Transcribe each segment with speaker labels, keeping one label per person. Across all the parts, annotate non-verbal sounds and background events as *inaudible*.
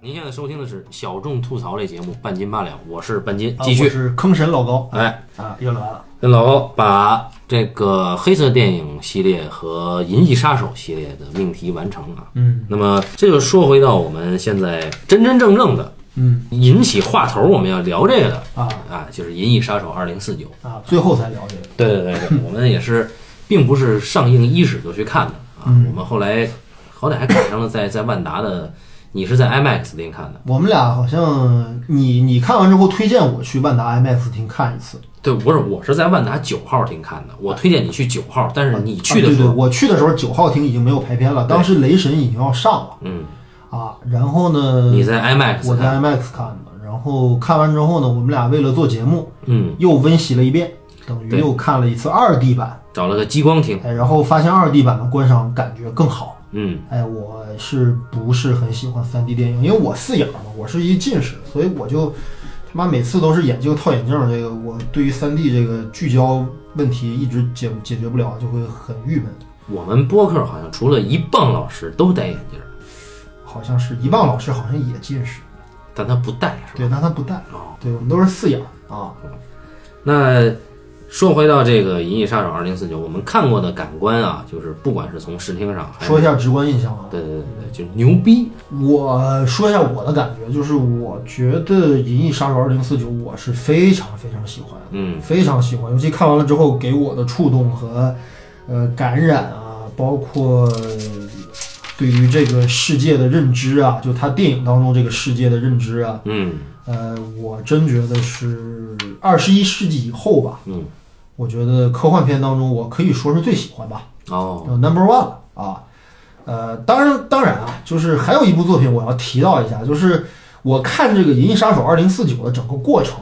Speaker 1: 您现在收听的是小众吐槽类节目《半斤八两》，我是半斤，
Speaker 2: 啊
Speaker 1: 继
Speaker 2: 我
Speaker 1: 续
Speaker 2: 是坑神老高，
Speaker 1: 哎
Speaker 2: 啊，又来了，
Speaker 1: 跟老高把这个黑色电影系列和银翼杀手系列的命题完成啊。
Speaker 2: 嗯
Speaker 1: 那么这就说回到我们现在真真正正的
Speaker 2: 嗯
Speaker 1: 引起话头，我们要聊这个的
Speaker 2: 啊
Speaker 1: 啊，就是《银翼杀手二零四九》。
Speaker 2: 啊，最后才聊这个，
Speaker 1: 对对对对， *laughs* 我们也是，并不是上映伊始就去看的啊。
Speaker 2: 嗯
Speaker 1: 我们后来好歹还赶上了在在万达的，你是在 IMAX 厅看的。
Speaker 2: 我们俩好像你你看完之后推荐我去万达 IMAX 厅看一次，
Speaker 1: 对，不是，我是在万达九号厅看的。我推荐你去九号，但是你去
Speaker 2: 啊
Speaker 1: 的时
Speaker 2: 对对，
Speaker 1: 候，
Speaker 2: 我去的时候九号厅已经没有排片了，当时雷神已经要上了
Speaker 1: 嗯，
Speaker 2: 啊，然后呢，
Speaker 1: 你在 IMAX
Speaker 2: 我在
Speaker 1: 看，
Speaker 2: IMAX 看的，然后看完之后呢，我们俩为了做节目
Speaker 1: 嗯，
Speaker 2: 又温习了一遍，等于
Speaker 1: 对
Speaker 2: 又看了一次二 D 版，
Speaker 1: 找了个激光厅，
Speaker 2: 哎，然后发现二 D 版的观赏感觉更好。
Speaker 1: 嗯，
Speaker 2: 哎，我是不是很喜欢3 D 电影？因为我四眼儿嘛，我是一近视，所以我就他妈每次都是眼镜套眼镜儿。这个我对于3 D 这个聚焦问题一直解解决不了，就会很郁闷。
Speaker 1: 我们播客好像除了一棒老师都戴眼镜儿，
Speaker 2: 好像是一棒老师，好像也近视，
Speaker 1: 但他不戴，是吧？
Speaker 2: 对，但他不戴。
Speaker 1: 哦，
Speaker 2: 对我们都是四眼儿啊，
Speaker 1: 那说回到这个《银翼杀手二零四九》，我们看过的感官啊，就是不管是从视听上还是
Speaker 2: 说一，下直观印象啊。
Speaker 1: 对对对对，就是牛逼，
Speaker 2: 我说一下我的感觉，就是我觉得《银翼杀手2049》我是非常非常喜欢的。
Speaker 1: 嗯
Speaker 2: 非常喜欢，尤其看完了之后给我的触动和呃感染啊，包括呃对于这个世界的认知啊，就他电影当中这个世界的认知啊，
Speaker 1: 嗯
Speaker 2: 呃，我真觉得是二十一世纪以后吧，
Speaker 1: 嗯，
Speaker 2: 我觉得科幻片当中我可以说是最喜欢吧，
Speaker 1: 哦，
Speaker 2: 呃，number one 了啊。呃，当然，当然啊，就是还有一部作品我要提到一下，就是我看这个《银翼杀手2049》的整个过程，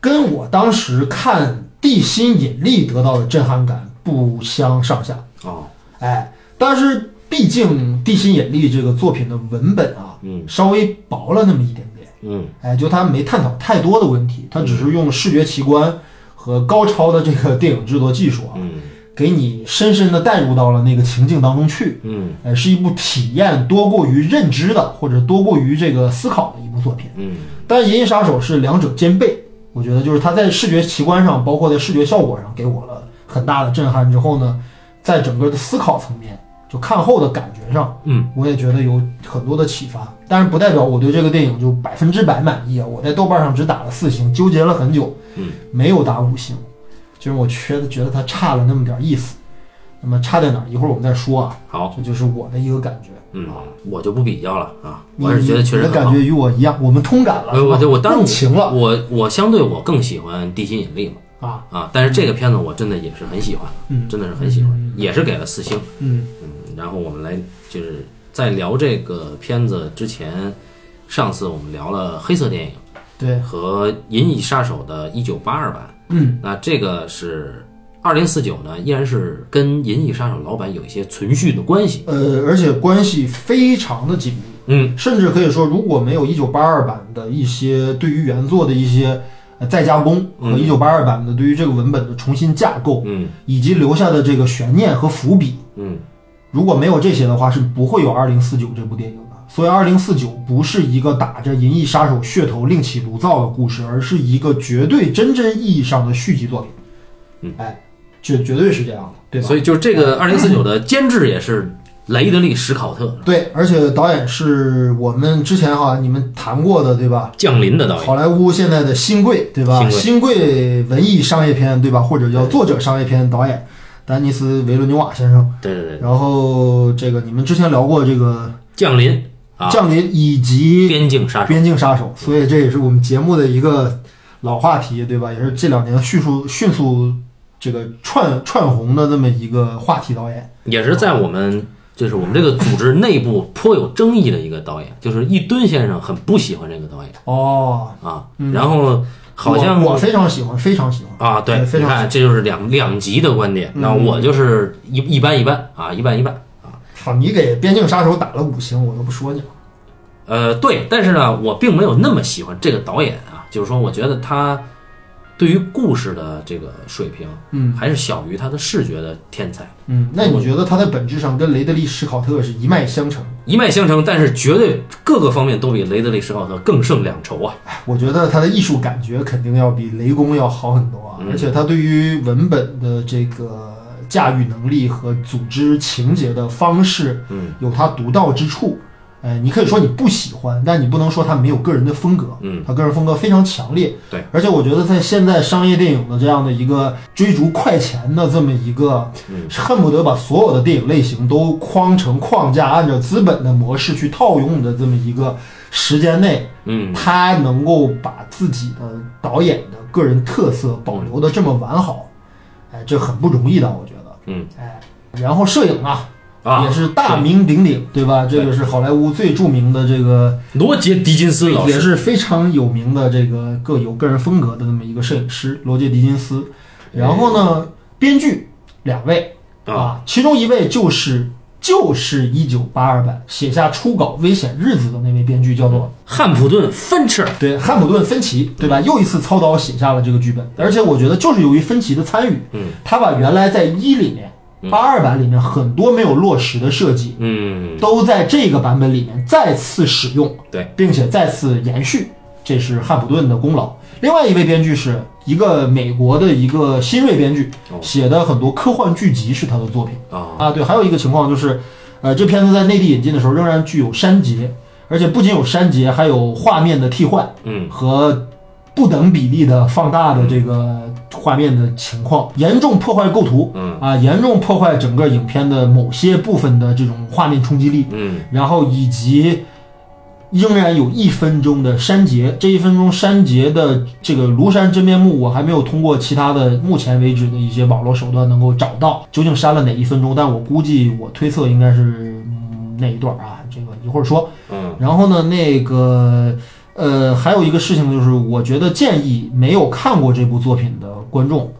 Speaker 2: 跟我当时看《地心引力》得到的震撼感不相上下。
Speaker 1: 哦，
Speaker 2: 哎，但是毕竟《地心引力》这个作品的文本啊，
Speaker 1: 嗯
Speaker 2: 稍微薄了那么一点点。
Speaker 1: 嗯
Speaker 2: 哎，就他没探讨太多的问题，他只是用视觉奇观和高超的这个电影制作技术啊，
Speaker 1: 嗯
Speaker 2: 给你深深的带入到了那个情境当中去。
Speaker 1: 嗯
Speaker 2: 呃，是一部体验多过于认知的，或者多过于这个思考的一部作品。
Speaker 1: 嗯
Speaker 2: 但《银翼杀手》是两者兼备，我觉得就是它在视觉奇观上，包括在视觉效果上，给我了很大的震撼。之后呢，在整个的思考层面，就看后的感觉上，
Speaker 1: 嗯，
Speaker 2: 我也觉得有很多的启发。但是不代表我对这个电影就百分之百满意啊！我在豆瓣上只打了四星，纠结了很久，
Speaker 1: 嗯，
Speaker 2: 没有打五星，就是我觉得觉得它差了那么点意思。那么差在哪儿？一会儿我们再说啊。
Speaker 1: 好，
Speaker 2: 这就是我的一个感觉。
Speaker 1: 嗯
Speaker 2: 啊，
Speaker 1: 我就不比较了啊，
Speaker 2: 你
Speaker 1: 我是觉得确实
Speaker 2: 你的
Speaker 1: 很
Speaker 2: 感
Speaker 1: 好。呃
Speaker 2: 觉与我一样，我们通感了，
Speaker 1: 我我
Speaker 2: 是吧
Speaker 1: 我当然
Speaker 2: 共情了
Speaker 1: 我我相对我更喜欢《地心引力》嘛
Speaker 2: 啊，
Speaker 1: 啊，但是这个片子我真的也是很喜欢，
Speaker 2: 嗯，
Speaker 1: 真的是很喜欢，也是给了四星。
Speaker 2: 嗯
Speaker 1: 嗯，然后我们来就是在聊这个片子之前，上次我们聊了黑色电影
Speaker 2: 对，
Speaker 1: 和《银翼杀手》的1982版，
Speaker 2: 嗯
Speaker 1: 那这个是2049呢，依然是跟《银翼杀手》老版有一些存续的关系。
Speaker 2: 呃，而且关系非常的紧密，
Speaker 1: 嗯
Speaker 2: 甚至可以说，如果没有1982版的一些对于原作的一些呃再加工和
Speaker 1: 嗯
Speaker 2: 1982版的对于这个文本的重新架构，
Speaker 1: 嗯
Speaker 2: 以及留下的这个悬念和伏笔，
Speaker 1: 嗯
Speaker 2: 如果没有这些的话，是不会有《二零四九》这部电影的。所以，《二零四九》不是一个打着《银翼杀手》噱头另起炉灶的故事，而是一个绝对真正意义上的续集作品。
Speaker 1: 嗯，
Speaker 2: 哎，绝绝对是这样的，对吧？
Speaker 1: 所以就是这个2049的监制也是雷德利·史考特，
Speaker 2: 对，而且导演是我们之前哈你们谈过的，对吧？
Speaker 1: 降临的导演。
Speaker 2: 好莱坞现在的新贵，对吧？新贵文艺商业片，对吧？或者叫作者商业片导演丹尼斯·维伦纽瓦先生。
Speaker 1: 对对对，
Speaker 2: 然后这个你们之前聊过这个
Speaker 1: 降临啊，
Speaker 2: 降临以及
Speaker 1: 边境杀手。
Speaker 2: 边境杀手，所以这也是我们节目的一个老话题，对吧？也是这两年迅速迅速这个窜窜红的这么一个话题导演。
Speaker 1: 也是在我们就是我们这个组织内部颇有争议的一个导演，就是一吨先生很不喜欢这个导演
Speaker 2: 哦，
Speaker 1: 啊，
Speaker 2: 嗯
Speaker 1: 然后好像
Speaker 2: 我我非常喜欢，非常喜欢。
Speaker 1: 啊，对，
Speaker 2: 非
Speaker 1: 你
Speaker 2: 常
Speaker 1: 看这就是两两极的观点，
Speaker 2: 嗯
Speaker 1: 那我就是一一般一般啊，一半一半。
Speaker 2: 操，你给《边境杀手》打了五星，我都不说你了。
Speaker 1: 呃，对，但是呢，我并没有那么喜欢这个导演啊，就是说，我觉得他对于故事的这个水平，
Speaker 2: 嗯
Speaker 1: 还是小于他的视觉的天才，
Speaker 2: 嗯，那你觉得它在本质上跟雷德利·史考特是一脉相承？
Speaker 1: 一脉相承，但是绝对各个方面都比雷德利·史考特更胜两筹啊！
Speaker 2: 哎我觉得它的艺术感觉肯定要比雷公要好很多啊，
Speaker 1: 嗯
Speaker 2: 而且它对于文本的这个驾驭能力和组织情节的方式
Speaker 1: 嗯
Speaker 2: 有它独到之处。哎，你可以说你不喜欢，但你不能说他没有个人的风格。
Speaker 1: 嗯，
Speaker 2: 他个人风格非常强烈。
Speaker 1: 对，
Speaker 2: 而且我觉得在现在商业电影的这样的一个追逐快钱的这么一个，
Speaker 1: 嗯
Speaker 2: 恨不得把所有的电影类型都框成框架，按照资本的模式去套用的这么一个时间内，
Speaker 1: 嗯
Speaker 2: 他能够把自己的导演的个人特色保
Speaker 1: 嗯
Speaker 2: 留的这么完好，哎，这很不容易的，我觉得。
Speaker 1: 嗯
Speaker 2: 哎，然后摄影啊，
Speaker 1: 啊
Speaker 2: 也，是大名鼎鼎，对吧？这个是好莱坞最著名的这个。
Speaker 1: 罗杰·狄金斯老
Speaker 2: 也
Speaker 1: 师，
Speaker 2: 是非常有名的这个各有个人风格的这么一个摄影师罗杰·狄金斯。然后呢，编剧两位
Speaker 1: 哎啊，
Speaker 2: 啊，其中一位就是就是一九八二版写下初稿《危险日子》的那位编剧叫做
Speaker 1: 汉普顿·芬彻，
Speaker 2: 对汉普顿·芬奇，对
Speaker 1: 嗯
Speaker 2: 吧？又一次操刀写下了这个剧本，而且我觉得就是由于芬奇的参与，
Speaker 1: 嗯
Speaker 2: 他把原来在一里面
Speaker 1: 嗯
Speaker 2: 八二版里面很多没有落实的设计，
Speaker 1: 嗯，
Speaker 2: 都在这个版本里面再次使用，
Speaker 1: 对，
Speaker 2: 并且再次延续，这是汉普顿的功劳。另外一位编剧是一个美国的一个新锐编剧
Speaker 1: 哦，
Speaker 2: 写的很多科幻剧集是他的作品
Speaker 1: 啊，
Speaker 2: 啊。对，还有一个情况就是，呃，这片子在内地引进的时候仍然具有删节，而且不仅有删节，还有画面的替换
Speaker 1: 嗯
Speaker 2: 和不等比例的放大的这个画面的情况，严重破坏构图
Speaker 1: 嗯
Speaker 2: 啊，严重破坏整个影片的某些部分的这种画面冲击力。
Speaker 1: 嗯
Speaker 2: 然后以及仍然有一分钟的删节，这一分钟删节的这个庐山真面目，我还没有通过其他的目前为止的一些网络手段能够找到究竟删了哪一分钟，但我估计我推测应该是、嗯那一段啊，这个一会儿说。
Speaker 1: 嗯
Speaker 2: 然后呢，那个呃，还有一个事情就是，我觉得建议没有看过这部作品的观众。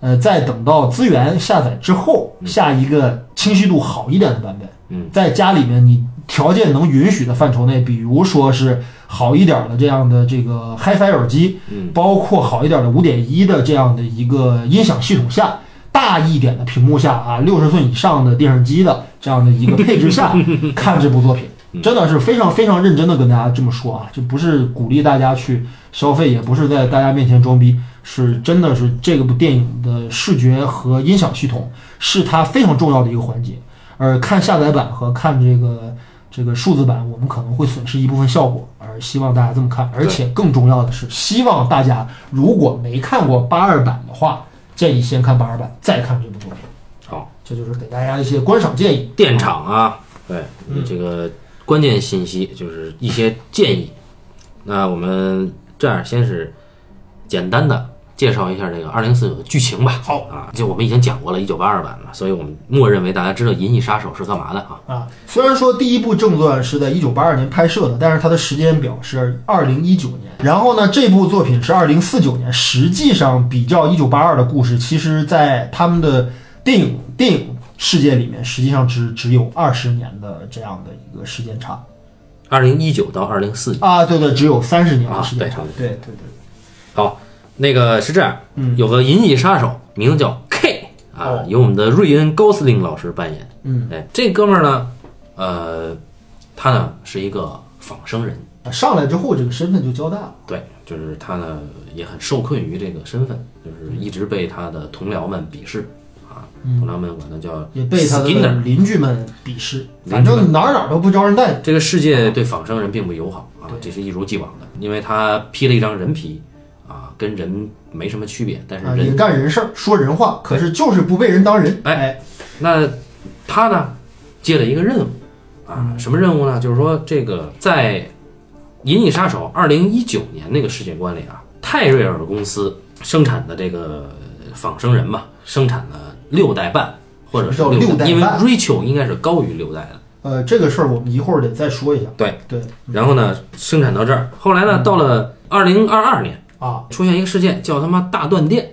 Speaker 2: 呃，在等到资源下载之后，下一个清晰度好一点的版本，
Speaker 1: 嗯
Speaker 2: 在家里面你条件能允许的范畴内，比如说是好一点的这样的这个 HiFi 耳机，
Speaker 1: 嗯
Speaker 2: 包括好一点的五点一的这样的一个音响系统下，大一点的屏幕下啊，六十寸以上的电视机的这样的一个配置下看这部作品。真的是非常非常认真的跟大家这么说啊，这不是鼓励大家去消费，也不是在大家面前装逼，是真的是这部电影的视觉和音响系统是它非常重要的一个环节。而看下载版和看这个这个数字版，我们可能会损失一部分效果，而希望大家这么看。而且更重要的是，希望大家如果没看过八二版的话，建议先看八二版，再看这部作品。
Speaker 1: 好，
Speaker 2: 这就是给大家一些观赏建议。
Speaker 1: 电厂啊，对
Speaker 2: 嗯
Speaker 1: 这个关键信息就是一些建议。那我们这样，先是简单的介绍一下这个二零四九的剧情吧。
Speaker 2: 好
Speaker 1: 啊，就我们已经讲过了，一九八二版嘛，所以我们默认为大家知道《银翼杀手》是干嘛的啊。
Speaker 2: 啊，虽然说第一部正传是在一九八二年拍摄的，但是它的时间表是二零一九年。然后呢，这部作品是二零四九年。实际上，比较一九八二的故事，其实在他们的电影电影世界里面，实际上只只有二十年的这样的一个时间差
Speaker 1: 二零一九到二零四九，
Speaker 2: 啊。对对，只有三十年的时间
Speaker 1: 啊
Speaker 2: 差。对对对，
Speaker 1: 好，那个是这样，
Speaker 2: 嗯
Speaker 1: 有个银翼杀手，名字叫 K 啊
Speaker 2: 哦，
Speaker 1: 由我们的瑞恩·高斯林老师扮演。
Speaker 2: 嗯，
Speaker 1: 哎，这哥们儿呢，呃，他呢是一个仿生人，
Speaker 2: 啊上来之后这个身份就交代了。
Speaker 1: 对，就是他呢也很受困于这个身份，就是一直被他的同僚们鄙视啊，
Speaker 2: 嗯
Speaker 1: 同僚们管他叫
Speaker 2: 也被他
Speaker 1: Skinner
Speaker 2: 的邻居们鄙视，
Speaker 1: 邻居们
Speaker 2: 反正哪儿哪儿都不招人待见。
Speaker 1: 这个世界对仿生人并不友好啊
Speaker 2: 啊对，
Speaker 1: 这是一如既往的，因为他披了一张人皮啊，跟人没什么区别，但是
Speaker 2: 啊，也
Speaker 1: 人、
Speaker 2: 干人事儿，说人话，可是就是不被人当人。
Speaker 1: 哎
Speaker 2: 哎，
Speaker 1: 那他呢接了一个任务啊，
Speaker 2: 嗯
Speaker 1: 什么任务呢？就是说这个在《银翼杀手》二零一九年那个世界观里啊，泰瑞尔公司生产的这个仿生人嘛，生产了六代半。或者是
Speaker 2: 什么叫
Speaker 1: 六代，因
Speaker 2: 六
Speaker 1: 为
Speaker 2: 代半
Speaker 1: Rachel 应该是高于六代的，
Speaker 2: 呃，这个事儿我们一会儿得再说一下。
Speaker 1: 对
Speaker 2: 对
Speaker 1: 然后呢，生产到这儿。后来
Speaker 2: 嗯
Speaker 1: 呢，到了二零二二年，
Speaker 2: 啊，
Speaker 1: 出现一个事件，叫他妈大断电。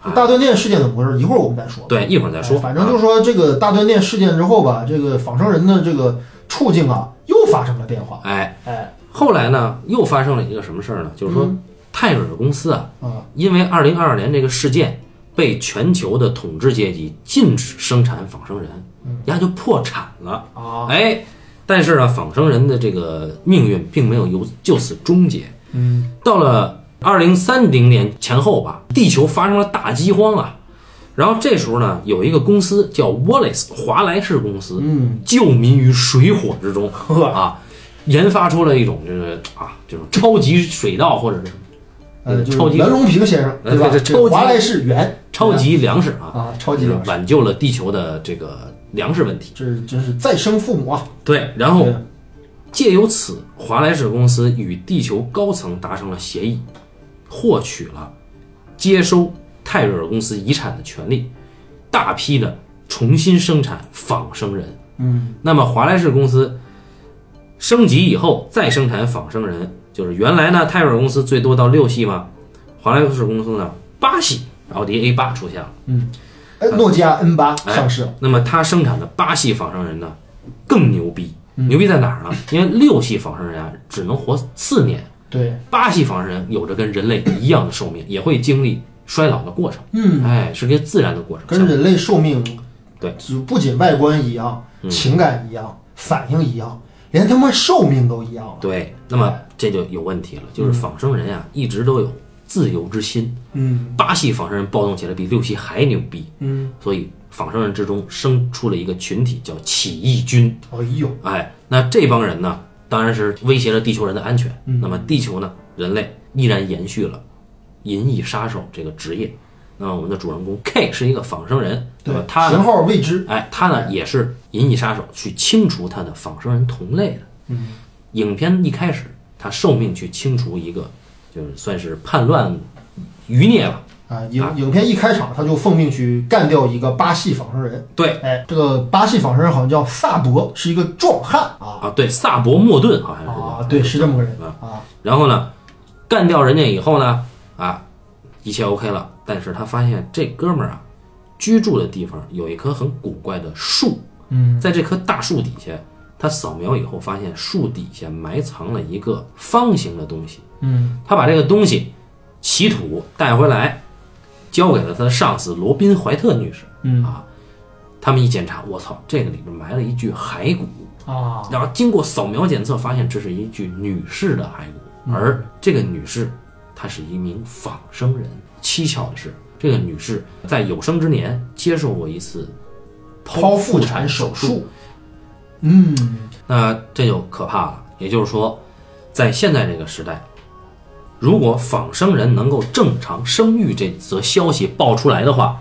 Speaker 1: 啊
Speaker 2: 大断电事件怎么回事？一会儿我们再说。
Speaker 1: 对，一会儿再说。
Speaker 2: 哎反正
Speaker 1: 啊
Speaker 2: 就是说这个大断电事件之后吧，这个仿生人的这个处境啊又发生了变化。
Speaker 1: 哎，
Speaker 2: 哎，嗯
Speaker 1: 后来呢，又发生了一个什么事儿呢？就是说，泰瑞尔公司啊，
Speaker 2: 啊，
Speaker 1: 因为二零二二年这个事件，被全球的统治阶级禁止生产仿生人，
Speaker 2: 嗯
Speaker 1: 人家就破产了。
Speaker 2: 啊，
Speaker 1: 哎，但是呢，仿生人的这个命运并没有由就此终结。
Speaker 2: 嗯，
Speaker 1: 到了二零三零年前后吧，地球发生了大饥荒啊。然后这时候呢，有一个公司叫 Wallace 华莱士公司，
Speaker 2: 嗯，
Speaker 1: 救民于水火之中
Speaker 2: 呵
Speaker 1: 啊，研发出了一种这个啊，这种超级水稻或者是
Speaker 2: 呃，就
Speaker 1: 超级
Speaker 2: 是袁隆平先生，
Speaker 1: 呃
Speaker 2: 对吧？
Speaker 1: 这
Speaker 2: 这
Speaker 1: 超级
Speaker 2: 华莱士袁，
Speaker 1: 超级粮食啊，
Speaker 2: 啊，超级老师，
Speaker 1: 挽救了地球的这个粮食问题。嗯
Speaker 2: 这真是再生父母啊！
Speaker 1: 对，然后
Speaker 2: 对
Speaker 1: 借由此，华莱士公司与地球高层达成了协议，获取了接收泰瑞尔公司遗产的权利，大批的重新生产仿生人。
Speaker 2: 嗯，
Speaker 1: 那么华莱士公司升级以后再生产仿生人，就是原来呢泰瑞尔公司最多到六系嘛，华莱士公司呢八系，奥迪 A 八出现了。
Speaker 2: 哎，诺基亚 N 八
Speaker 1: 哎
Speaker 2: 上市了，
Speaker 1: 那么它生产的八系仿生人呢，更牛逼。
Speaker 2: 嗯
Speaker 1: 牛逼在哪
Speaker 2: *laughs*
Speaker 1: 儿呢？啊因为六系仿生人啊，只能活四年，
Speaker 2: 对，
Speaker 1: 八系仿生人有着跟人类一样的寿命，也会经历衰老的过程。
Speaker 2: 嗯，
Speaker 1: 哎，是跟自然的过程。
Speaker 2: 跟人类寿命，
Speaker 1: 对，嗯
Speaker 2: 就不仅外观一样，情感一样，反应一样，连他妈寿命都一样了。
Speaker 1: 对，那么这就有问题了，就是仿生人啊，一直都有自由之心。
Speaker 2: 嗯
Speaker 1: 八系仿生人暴动起来比六系还牛逼，
Speaker 2: 嗯，
Speaker 1: 所以仿生人之中生出了一个群体叫起义军。
Speaker 2: 哎呦，
Speaker 1: 哎，那这帮人呢，当然是威胁了地球人的安全。
Speaker 2: 嗯
Speaker 1: 那么地球呢，人类依然延续了银翼杀手这个职业。那么我们的主人公 K 是一个仿生人，那
Speaker 2: 对
Speaker 1: 么，他
Speaker 2: 型
Speaker 1: 呢，
Speaker 2: 号未知，
Speaker 1: 哎，他呢也是银翼杀手去清除他的仿生人同类的。
Speaker 2: 嗯，
Speaker 1: 影片一开始，他受命去清除一个，就是算是叛乱余孽吧。
Speaker 2: 啊，影影片一开场他就奉命去干掉一个巴西仿生人。
Speaker 1: 对，
Speaker 2: 哎，这个巴西仿生人好像叫萨博，是一个壮汉啊
Speaker 1: 啊，对，萨博莫顿好像是
Speaker 2: 啊，对，是这么个人啊，
Speaker 1: 然后呢，干掉人家以后呢，啊，一切 OK 了。但是他发现这哥们儿啊，居住的地方有一棵很古怪的树，
Speaker 2: 嗯，
Speaker 1: 在这棵大树底下，他扫描以后发现树底下埋藏了一个方形的东西。
Speaker 2: 嗯
Speaker 1: 他把这个东西起土带回来，交给了他的上司罗宾怀特女士。
Speaker 2: 嗯
Speaker 1: 啊，他们一检查，我操，这个里面埋了一具骸骨。
Speaker 2: 啊，
Speaker 1: 然后经过扫描检测，发现这是一具女士的骸骨，而这个女士她是一名仿生人。蹊跷的是，这个女士在有生之年接受过一次
Speaker 2: 剖腹产
Speaker 1: 产
Speaker 2: 手
Speaker 1: 术，
Speaker 2: 术，嗯，
Speaker 1: 那这就可怕了。也就是说，在现在这个时代，如果仿生人能够正常生育这则消息爆出来的话，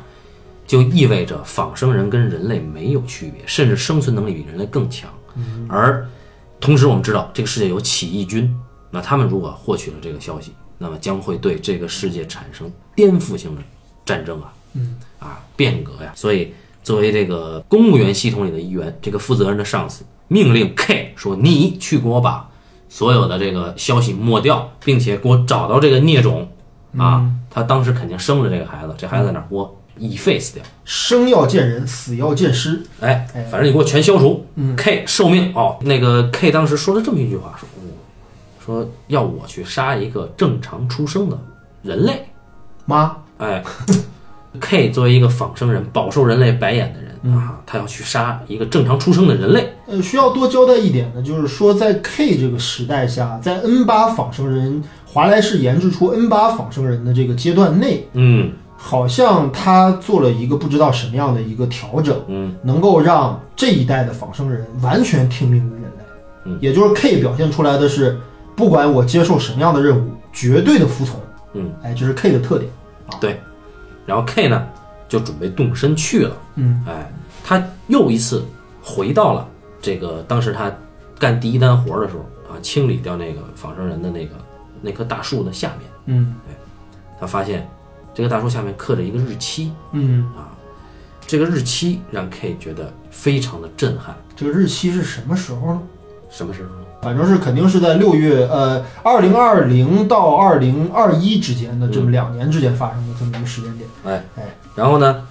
Speaker 1: 就意味着仿生人跟人类没有区别，甚至生存能力比人类更强。而同时，我们知道这个世界有起义军，那他们如果获取了这个消息，那么将会对这个世界产生颠覆性的战争啊，嗯，啊，变革呀、所以，作为这个公务员系统里的一员，这个负责人的上司命令 K 说：“你去给我把所有的这个消息抹掉，并且给我找到这个孽种。”啊，他当时肯定生了这个孩子，这孩子在哪儿播，以 face 掉。
Speaker 2: 生要见人，死要见尸。
Speaker 1: 哎，反正你给我全消除。K 受命哦，那个 K 当时说了这么一句话，说我说要我去杀一个正常出生的人类。
Speaker 2: 妈，
Speaker 1: 哎 *laughs* ，K 作为一个仿生人，饱受人类白眼的人啊，他要去杀一个正常出生的人类。
Speaker 2: 呃，需要多交代一点的就是说，在 K 这个时代下，在 N 八仿生人华莱士研制出 N 八仿生人的这个阶段内，
Speaker 1: 嗯
Speaker 2: 好像他做了一个不知道什么样的一个调整，
Speaker 1: 嗯，
Speaker 2: 能够让这一代的仿生人完全听命于人类。
Speaker 1: 嗯
Speaker 2: 也就是 K 表现出来的是，不管我接受什么样的任务，绝对的服从。
Speaker 1: 嗯，
Speaker 2: 哎，这是 K 的特点。
Speaker 1: 然后 K 呢就准备动身去了。
Speaker 2: 嗯，
Speaker 1: 哎，他又一次回到了这个当时他干第一单活的时候啊，清理掉那个仿生人的那个那棵大树的下面。
Speaker 2: 嗯
Speaker 1: 他发现这个大树下面刻着一个日期，
Speaker 2: 嗯，
Speaker 1: 这个日期让 K 觉得非常的震撼。
Speaker 2: 这个日期是什么时候呢？
Speaker 1: 什么时候？
Speaker 2: 反正是肯定是在六月，呃，二零二零到二零二一之间的这么两年之间发生的这么一个时间点。
Speaker 1: 然后呢？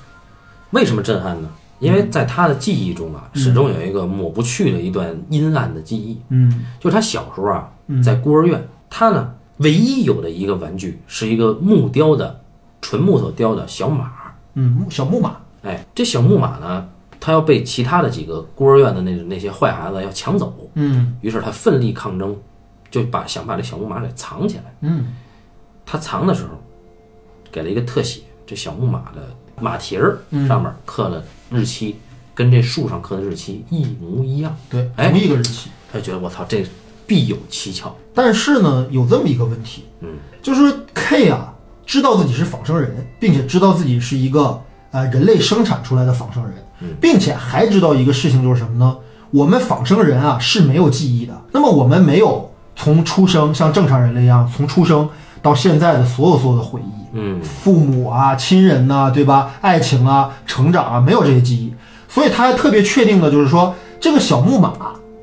Speaker 1: 为什么震撼呢？因为在他的记忆中啊，始终有一个抹不去的一段阴暗的记忆，
Speaker 2: 嗯
Speaker 1: 就是他小时候啊，
Speaker 2: 嗯
Speaker 1: 在孤儿院，他呢唯一有的一个玩具是一个木雕的，纯木头雕的小马。
Speaker 2: 嗯，小木马，
Speaker 1: 哎，这小木马呢，它要被其他的几个孤儿院的那那些坏孩子要抢走，
Speaker 2: 嗯
Speaker 1: 于是他奋力抗争，就把想把这小木马给藏起来。
Speaker 2: 嗯
Speaker 1: 他藏的时候，给了一个特写，这小木马的马蹄儿
Speaker 2: 嗯
Speaker 1: 上面刻了日期，跟这树上刻的日期一模一样。
Speaker 2: 对，
Speaker 1: 哎
Speaker 2: 同一个日期。
Speaker 1: 他就觉得我操，这必有蹊跷。
Speaker 2: 但是呢，有这么一个问题，
Speaker 1: 嗯，
Speaker 2: 就是 K 啊，知道自己是仿生人，并且知道自己是一个呃人类生产出来的仿生人，并且还知道一个事情就是什么呢？我们仿生人啊是没有记忆的。那么我们没有从出生像正常人类一样，从出生到现在的所有所有的回忆，
Speaker 1: 嗯
Speaker 2: 父母啊、亲人呐、对吧？爱情啊、成长啊，没有这些记忆，所以他还特别确定的就是说，这个小木马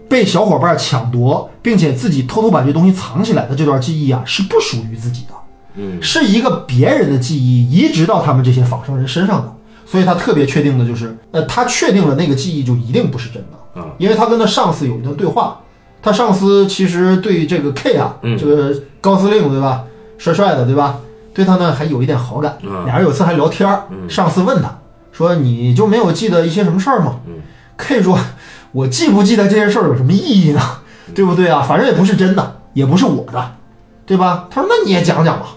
Speaker 2: 被小伙伴抢夺，并且自己偷偷把这东西藏起来的这段记忆啊，是不属于自己的，
Speaker 1: 嗯，
Speaker 2: 是一个别人的记忆移植到他们这些仿生人身上的。所以他特别确定的就是，呃，他确定了那个记忆就一定不是真的
Speaker 1: 啊，
Speaker 2: 因为他跟他上司有一段对话，他上司其实对这个 K 啊，
Speaker 1: 嗯
Speaker 2: 这个高司令对吧，帅帅的对吧，对他呢还有一点好感，
Speaker 1: 嗯
Speaker 2: 俩人有一次还聊天儿，上司问他说：“你就没有记得一些什么事儿吗
Speaker 1: 嗯
Speaker 2: ？”K 说：“我记不记得这些事儿有什么意义呢？对不对啊？反正也不是真的，也不是我的，对吧？”他说：“那你也讲讲吧。”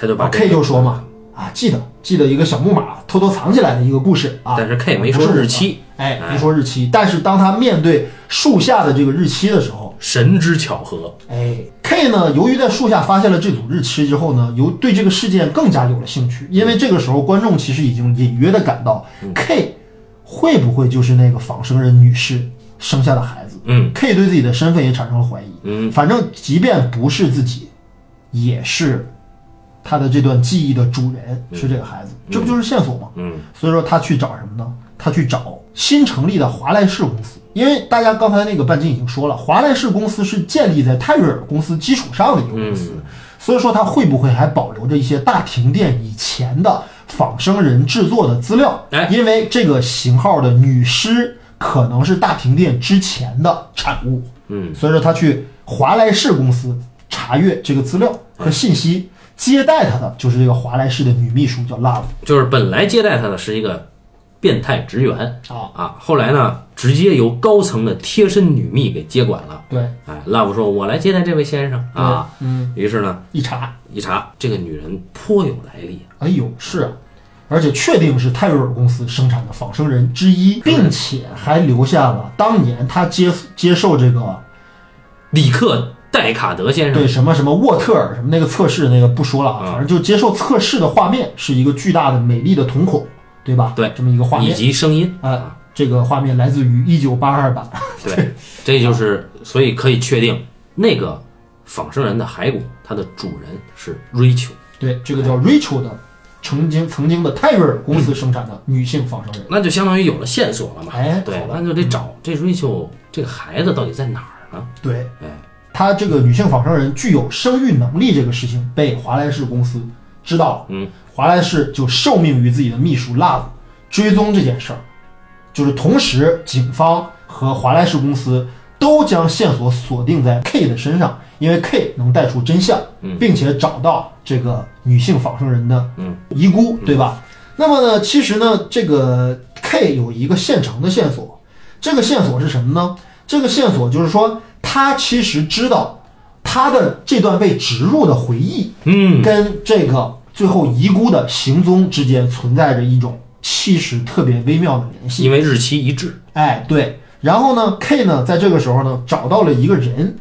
Speaker 1: 他就把
Speaker 2: 啊
Speaker 1: 这
Speaker 2: ，K
Speaker 1: 个，
Speaker 2: 就说嘛，啊，记得记得一个小木马偷偷藏起来的一个故事啊，
Speaker 1: 但是 K 没
Speaker 2: 不是
Speaker 1: 说
Speaker 2: 我
Speaker 1: 日
Speaker 2: 的，
Speaker 1: 期，
Speaker 2: 哎，
Speaker 1: 哎
Speaker 2: 没说日期。但是当他面对树下的这个日期的时候，
Speaker 1: 神之巧合。
Speaker 2: 哎，K 呢，由于在树下发现了这组日期之后呢，由对这个事件更加有了兴趣，因为这个时候观众其实已经隐约的感到
Speaker 1: 嗯
Speaker 2: K 会不会就是那个仿生人女士生下的孩子
Speaker 1: 嗯
Speaker 2: ？K 对自己的身份也产生了怀疑。
Speaker 1: 嗯
Speaker 2: 反正即便不是自己，也是他的这段记忆的主人是这个孩子，这不就是线索吗？
Speaker 1: 嗯
Speaker 2: 所以说他去找什么呢？他去找新成立的华莱士公司，因为大家刚才那个半斤已经说了，华莱士公司是建立在泰瑞尔公司基础上的一个公司，所以说他会不会还保留着一些大停电以前的仿生人制作的资料
Speaker 1: 哎？
Speaker 2: 因为这个型号的女尸可能是大停电之前的产物。
Speaker 1: 嗯
Speaker 2: 所以说他去华莱士公司查阅这个资料和信息，接待他的就是这个华莱士的女秘书叫 Love
Speaker 1: 就是本来接待他的是一个变态职员
Speaker 2: 啊，
Speaker 1: 啊，后来呢，直接由高层的贴身女秘给接管了。
Speaker 2: 对
Speaker 1: 哎，Love 说：“我来接待这位先生啊。”，
Speaker 2: 对嗯，
Speaker 1: 于是呢，
Speaker 2: 一查，
Speaker 1: 一查，这个女人颇有来历，
Speaker 2: 哎呦，是啊。而且确定是泰瑞尔公司生产的仿生人之一，并且还留下了当年他接接受这个
Speaker 1: 里克戴卡德先生
Speaker 2: 对什么什么沃特尔什么那个测试那个不说了啊，
Speaker 1: 嗯
Speaker 2: 反正就接受测试的画面是一个巨大的美丽的瞳孔，对吧？
Speaker 1: 对
Speaker 2: 这么一个画
Speaker 1: 以
Speaker 2: 面
Speaker 1: 及声音。
Speaker 2: 啊、这个画面来自于一九八二版
Speaker 1: 对，
Speaker 2: *laughs*
Speaker 1: 这就是所以可以确定那个仿生人的骸骨，它的主人是 Rachel。
Speaker 2: 对，这个叫 Rachel 的曾经曾经的泰瑞尔公司生产的女性仿生人。
Speaker 1: 那就相当于有了线索了嘛。
Speaker 2: 哎
Speaker 1: 对
Speaker 2: 好，吧
Speaker 1: 那就得找这 Rachel 这个孩子到底在哪儿呢？
Speaker 2: 对，
Speaker 1: 哎，
Speaker 2: 她这个女性仿生人具有生育能力这个事情被华莱士公司知道了，
Speaker 1: 嗯，
Speaker 2: 华莱士就受命于自己的秘书 Love 追踪这件事儿，就是同时警方和华莱士公司都将线索锁定在 K 的身上，因为 K 能带出真相，
Speaker 1: 嗯
Speaker 2: 并且找到这个女性仿生人的
Speaker 1: 嗯
Speaker 2: 遗孤，对吧？那么呢，其实呢，这个 K 有一个现成的线索，这个线索是什么呢？这个线索就是说，他其实知道他的这段被植入的回忆
Speaker 1: 嗯
Speaker 2: 跟这个最后遗孤的行踪之间存在着一种其实特别微妙的联系。
Speaker 1: 因为日期一致，
Speaker 2: 哎，对。然后呢，K 呢，在这个时候呢，找到了一个人，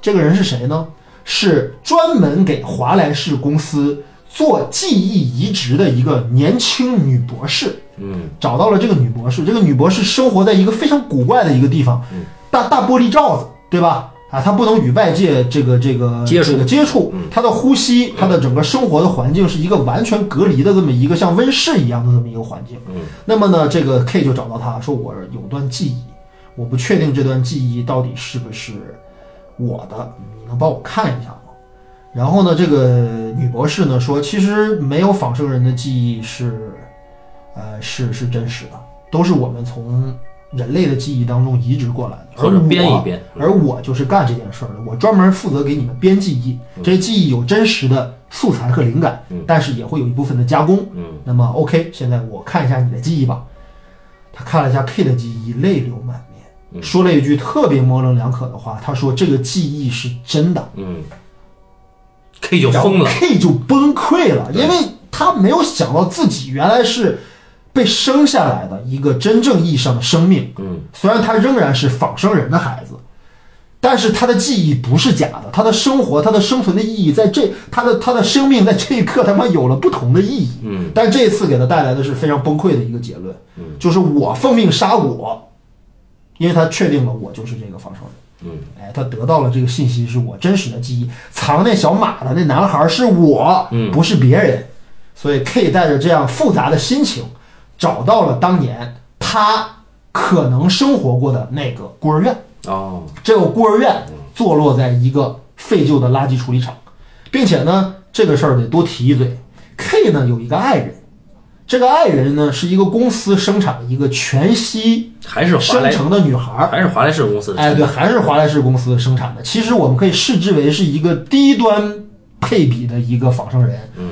Speaker 2: 这个人是谁呢？是专门给华莱士公司做记忆移植的一个年轻女博士。
Speaker 1: 嗯
Speaker 2: 找到了这个女博士，这个女博士生活在一个非常古怪的一个地方，
Speaker 1: 嗯
Speaker 2: 大大玻璃罩子，对吧？啊，她不能与外界这个这个
Speaker 1: 接触嗯
Speaker 2: 这个接触，她的呼吸，她的整个生活的环境是一个完全隔离的这么一个像温室一样的这么一个环境。
Speaker 1: 嗯
Speaker 2: 那么呢，这个 K 就找到他说：“我有段记忆，我不确定这段记忆到底是不是我的，你能帮我看一下吗？”然后呢，这个女博士呢说：“其实没有仿生人的记忆是，呃，是是真实的，都是我们从人类的记忆当中移植过来的，
Speaker 1: 或者
Speaker 2: 而我
Speaker 1: 编一编，
Speaker 2: 而我就是干这件事儿的，我专门负责给你们编记忆，这些记忆有真实的素材和灵感
Speaker 1: 嗯，
Speaker 2: 但是也会有一部分的加工。
Speaker 1: 嗯
Speaker 2: 那么 OK，现在我看一下你的记忆吧。他看了一下 K 的记忆，泪流满
Speaker 1: 嗯
Speaker 2: 面，说了一句特别模棱两可的话，他说这个记忆是真的。
Speaker 1: 嗯，K 就
Speaker 2: 然后
Speaker 1: 疯了，
Speaker 2: K 就崩溃了，
Speaker 1: 对
Speaker 2: 因为他没有想到自己原来是被生下来的一个真正意义上的生命。
Speaker 1: 嗯
Speaker 2: 虽然他仍然是仿生人的孩子，但是他的记忆不是假的，他的生活、他的生存的意义，在这他的他的生命在这一刻他妈有了不同的意义。
Speaker 1: 嗯
Speaker 2: 但这次给他带来的是非常崩溃的一个结论，
Speaker 1: 嗯
Speaker 2: 就是我奉命杀我，因为他确定了我就是这个仿生人。
Speaker 1: 嗯
Speaker 2: 哎，他得到了这个信息，是我真实的记忆，藏那小马的那男孩是我，
Speaker 1: 嗯
Speaker 2: 不是别人。所以 K 带着这样复杂的心情，找到了当年他可能生活过的那个孤儿院。
Speaker 1: 哦，
Speaker 2: 这个孤儿院坐落在一个废旧的垃圾处理厂，并且呢，这个事儿得多提一嘴。K 呢有一个爱人，这个爱人呢是一个公司生产一个全息
Speaker 1: 还是华
Speaker 2: 生
Speaker 1: 莱
Speaker 2: 成的女孩儿，
Speaker 1: 还是华莱士公司的
Speaker 2: 哎，
Speaker 1: 产
Speaker 2: 对，
Speaker 1: 品，
Speaker 2: 还是华莱士公司生产的。其实我们可以视之为是一个低端配比的一个仿生人，
Speaker 1: 嗯，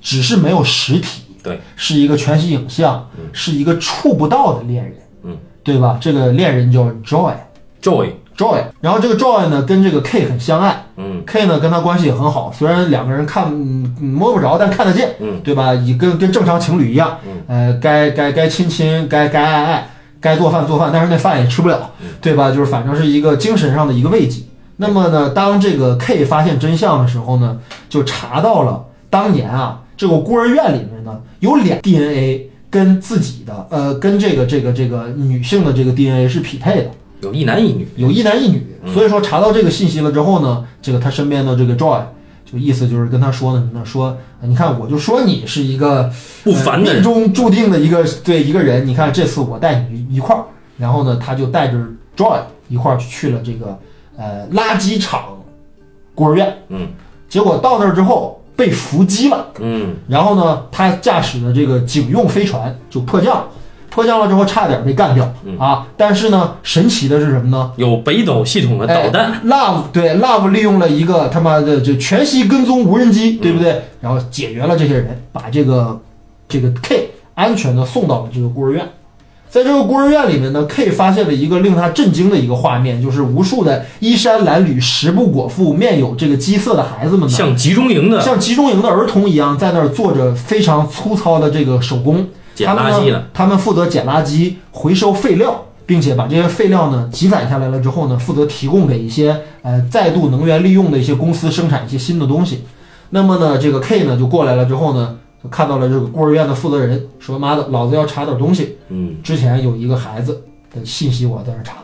Speaker 2: 只是没有实体，
Speaker 1: 对，
Speaker 2: 是一个全息影像，是一个触不到的恋人，
Speaker 1: 嗯，
Speaker 2: 对吧？这个恋人叫 Joy。
Speaker 1: Joy，
Speaker 2: Joy，然后这个 Joy 呢跟这个 K 很相爱
Speaker 1: 嗯
Speaker 2: ，K 呢跟他关系也很好，虽然两个人看嗯摸不着，但看得见，
Speaker 1: 嗯
Speaker 2: 对吧？也跟跟正常情侣一样，呃，该该该亲亲，该该爱爱，该做饭做饭，但是那饭也吃不了，对吧？就是反正是一个精神上的一个慰藉。那么呢，当这个 K 发现真相的时候呢，就查到了当年啊，这个孤儿院里面呢有俩 DNA 跟自己的呃跟这个这个这个女性的这个 DNA 是匹配的。
Speaker 1: 有一男一女，
Speaker 2: 有一男一女，
Speaker 1: 嗯
Speaker 2: 所以说查到这个信息了之后呢，这个他身边的这个 Joy 就意思就是跟他说呢什么呢？说你看我就说你是一个
Speaker 1: 不凡的
Speaker 2: 呃
Speaker 1: 人
Speaker 2: 命，中注定的一个对一个人，你看这次我带你一块儿，然后呢他就带着 Joy 一块儿去了这个呃垃圾场孤儿院，
Speaker 1: 嗯
Speaker 2: 结果到那儿之后被伏击了。
Speaker 1: 嗯
Speaker 2: 然后呢，他驾驶的这个警用飞船就迫降，迫降了之后差点被干掉
Speaker 1: 嗯
Speaker 2: 啊！但是呢，神奇的是什么呢？
Speaker 1: 有北斗系统的导弹，
Speaker 2: 哎 Love 对 Love 利用了一个他妈的就全息跟踪无人机，对
Speaker 1: 嗯
Speaker 2: 不对？然后解决了这些人，把这个这个 K 安全的送到了这个孤儿院。在这个孤儿院里面呢，K 发现了一个令他震惊的一个画面，就是无数的衣衫褴褛、食不果腹、面有这个饥色的孩子们呢，
Speaker 1: 像集中营的
Speaker 2: 像集中营的儿童一样，在那儿做着非常粗糙的这个手工。
Speaker 1: 捡垃圾的，
Speaker 2: 他们呢。他们负责捡垃圾、回收废料，并且把这些废料呢积攒下来了之后呢，负责提供给一些呃再度能源利用的一些公司生产一些新的东西。那么呢，这个 K 呢就过来了之后呢，就看到了这个孤儿院的负责人，说妈的，老子要查点东西。
Speaker 1: 嗯
Speaker 2: 之前有一个孩子的信息我在那查，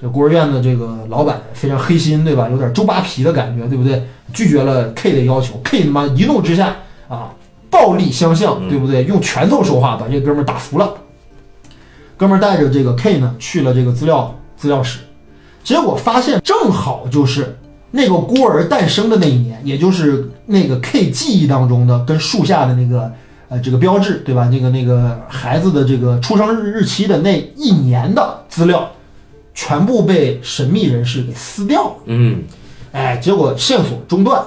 Speaker 2: 这孤儿院的这个老板非常黑心，对吧？有点周扒皮的感觉，对不对？拒绝了 K 的要求，K 他妈一怒之下啊，暴力相向，
Speaker 1: 嗯
Speaker 2: 对不对？用拳头说话，把这哥们儿打服了。哥们儿带着这个 K 呢去了这个资料资料室，结果发现正好就是那个孤儿诞生的那一年，也就是那个 K 记忆当中的跟树下的那个呃这个标志，对吧？那个那个孩子的这个出生日日期的那一年的资料，全部被神秘人士给撕掉了。
Speaker 1: 嗯
Speaker 2: 哎，结果线索中断，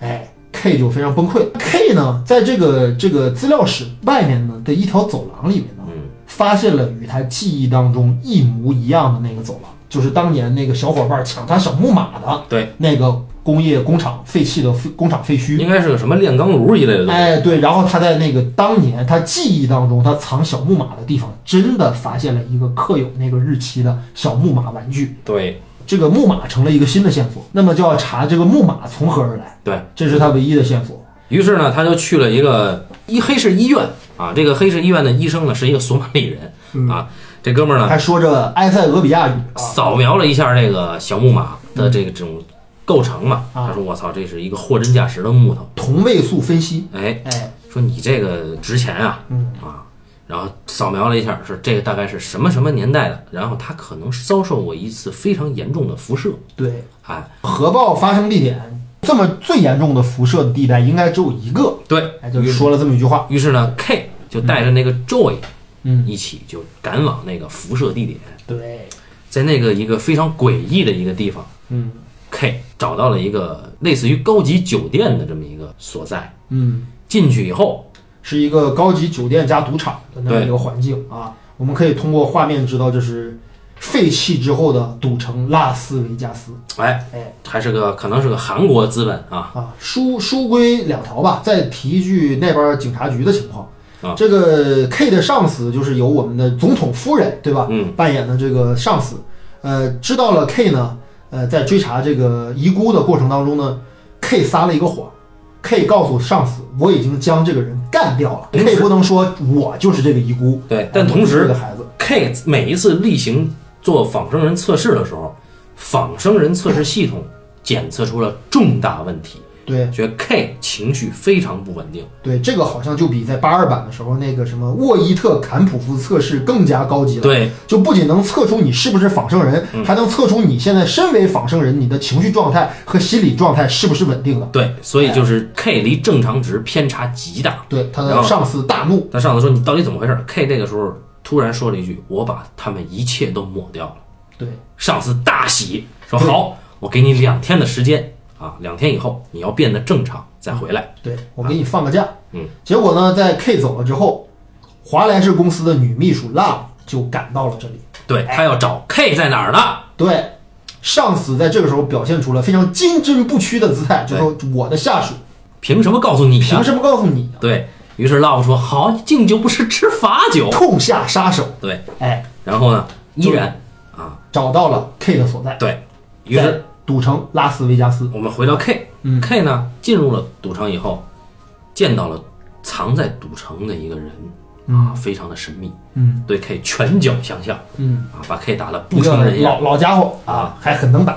Speaker 2: 哎，K 就非常崩溃。K 呢，在这个这个资料室外面呢的一条走廊里面呢，
Speaker 1: 嗯
Speaker 2: 发现了与他记忆当中一模一样的那个走廊，就是当年那个小伙伴抢他小木马的
Speaker 1: 对
Speaker 2: 那个工业工厂废弃的废工厂废墟。
Speaker 1: 应该是个什么炼钢炉一类的东西，
Speaker 2: 哎，对，然后他在那个当年他记忆当中，他藏小木马的地方，真的发现了一个刻有那个日期的小木马玩具。
Speaker 1: 对
Speaker 2: 这个木马成了一个新的线索，那么就要查这个木马从何而来，
Speaker 1: 对。
Speaker 2: 这是他唯一的线索。
Speaker 1: 于是呢，他就去了一个一黑市医院啊，这个黑市医院的医生呢是一个索马里
Speaker 2: 嗯
Speaker 1: 人啊，这哥们儿呢
Speaker 2: 还说着埃塞俄比亚语啊，
Speaker 1: 扫描了一下这个小木马的这个这种构成嘛，
Speaker 2: 啊
Speaker 1: 他说我操，这是一个货真价实的木头，
Speaker 2: 同位素分析，
Speaker 1: 哎，
Speaker 2: 哎，
Speaker 1: 说你这个值钱啊
Speaker 2: 嗯
Speaker 1: 啊，然后扫描了一下，说这个大概是什么什么年代的，然后他可能遭受过一次非常严重的辐射，
Speaker 2: 对，
Speaker 1: 哎，
Speaker 2: 核爆发生地点这么最严重的辐射地带应该只有一个，
Speaker 1: 对
Speaker 2: 哎，就说了这么一句话，
Speaker 1: 于是呢，K 就带着那个 Joy
Speaker 2: 嗯，
Speaker 1: 一起就赶往那个辐射地点，
Speaker 2: 对，
Speaker 1: 在那个一个非常诡异的一个地方
Speaker 2: 嗯
Speaker 1: ，K 找到了一个类似于高级酒店的这么一个所在。
Speaker 2: 嗯，
Speaker 1: 进去以后，
Speaker 2: 是一个高级酒店加赌场的那样一个环境啊。我们可以通过画面知道，这是废弃之后的赌城拉斯维加斯
Speaker 1: 哎
Speaker 2: 哎，
Speaker 1: 还是个可能是个韩国资本啊，
Speaker 2: 啊。书书归两条吧，再提一句那边警察局的情况。
Speaker 1: 啊
Speaker 2: 这个 K 的上司就是由我们的总统夫人，对吧？
Speaker 1: 嗯，
Speaker 2: 扮演的这个上司，呃，知道了 K 呢，呃，在追查这个遗孤的过程当中呢，K 撒了一个谎，K 告诉上司，我已经将这个人干掉了
Speaker 1: 临时
Speaker 2: ，K 不能说我就是这个遗孤，
Speaker 1: 对。但同
Speaker 2: 我就是这
Speaker 1: 时
Speaker 2: 个孩子，
Speaker 1: ，K 每一次例行做仿生人测试的时候，仿生人测试系统检测出了重大问题，
Speaker 2: 对
Speaker 1: 觉得 K 情绪非常不稳定。
Speaker 2: 对，这个好像就比在八二版的时候那个什么沃伊特坎普夫测试更加高级了，
Speaker 1: 对，嗯
Speaker 2: 就不仅能测出你是不是仿生人，还能测出你现在身为仿生人，你的情绪状态和心理状态是不是稳定的。
Speaker 1: 对，所以就是 K 离正常值偏差极大。
Speaker 2: 对，他
Speaker 1: 然
Speaker 2: 的
Speaker 1: 后
Speaker 2: 上司大怒，
Speaker 1: 他上次说你到底怎么回事？K 这个时候突然说了一句：“我把他们一切都抹掉了。
Speaker 2: 对，”
Speaker 1: 上司大喜，说：“
Speaker 2: 对
Speaker 1: 好，我给你两天的时间啊，两天以后你要变得正常再回来。
Speaker 2: 对我给你放个假。
Speaker 1: 嗯，
Speaker 2: 结果呢，在 K 走了之后，华莱士公司的女秘书 Love 就赶到了这里。
Speaker 1: 对他要找 K 在哪儿呢？
Speaker 2: 对，上司在这个时候表现出了非常坚贞不屈的姿态，就说我的下属
Speaker 1: 凭什么告诉你
Speaker 2: 凭
Speaker 1: 啊？
Speaker 2: 什么告诉你啊
Speaker 1: 对于是 Love 说：“好，敬酒不吃吃罚酒。
Speaker 2: 痛下杀手？”？
Speaker 1: 对，
Speaker 2: 哎，
Speaker 1: 然后呢，依然啊，
Speaker 2: 找到了 K 的所在，
Speaker 1: 对于是
Speaker 2: 在赌城拉斯维加斯。
Speaker 1: 我们回到 K，
Speaker 2: 嗯
Speaker 1: k 呢进入了赌城以后，见到了藏在赌城的一个人啊，非常的神秘，
Speaker 2: 嗯
Speaker 1: 对 K 拳脚相向
Speaker 2: 嗯，
Speaker 1: 啊，把 K 打得
Speaker 2: 一
Speaker 1: 不成
Speaker 2: 个
Speaker 1: 人样。
Speaker 2: 老老家伙啊
Speaker 1: 啊，
Speaker 2: 还很能打。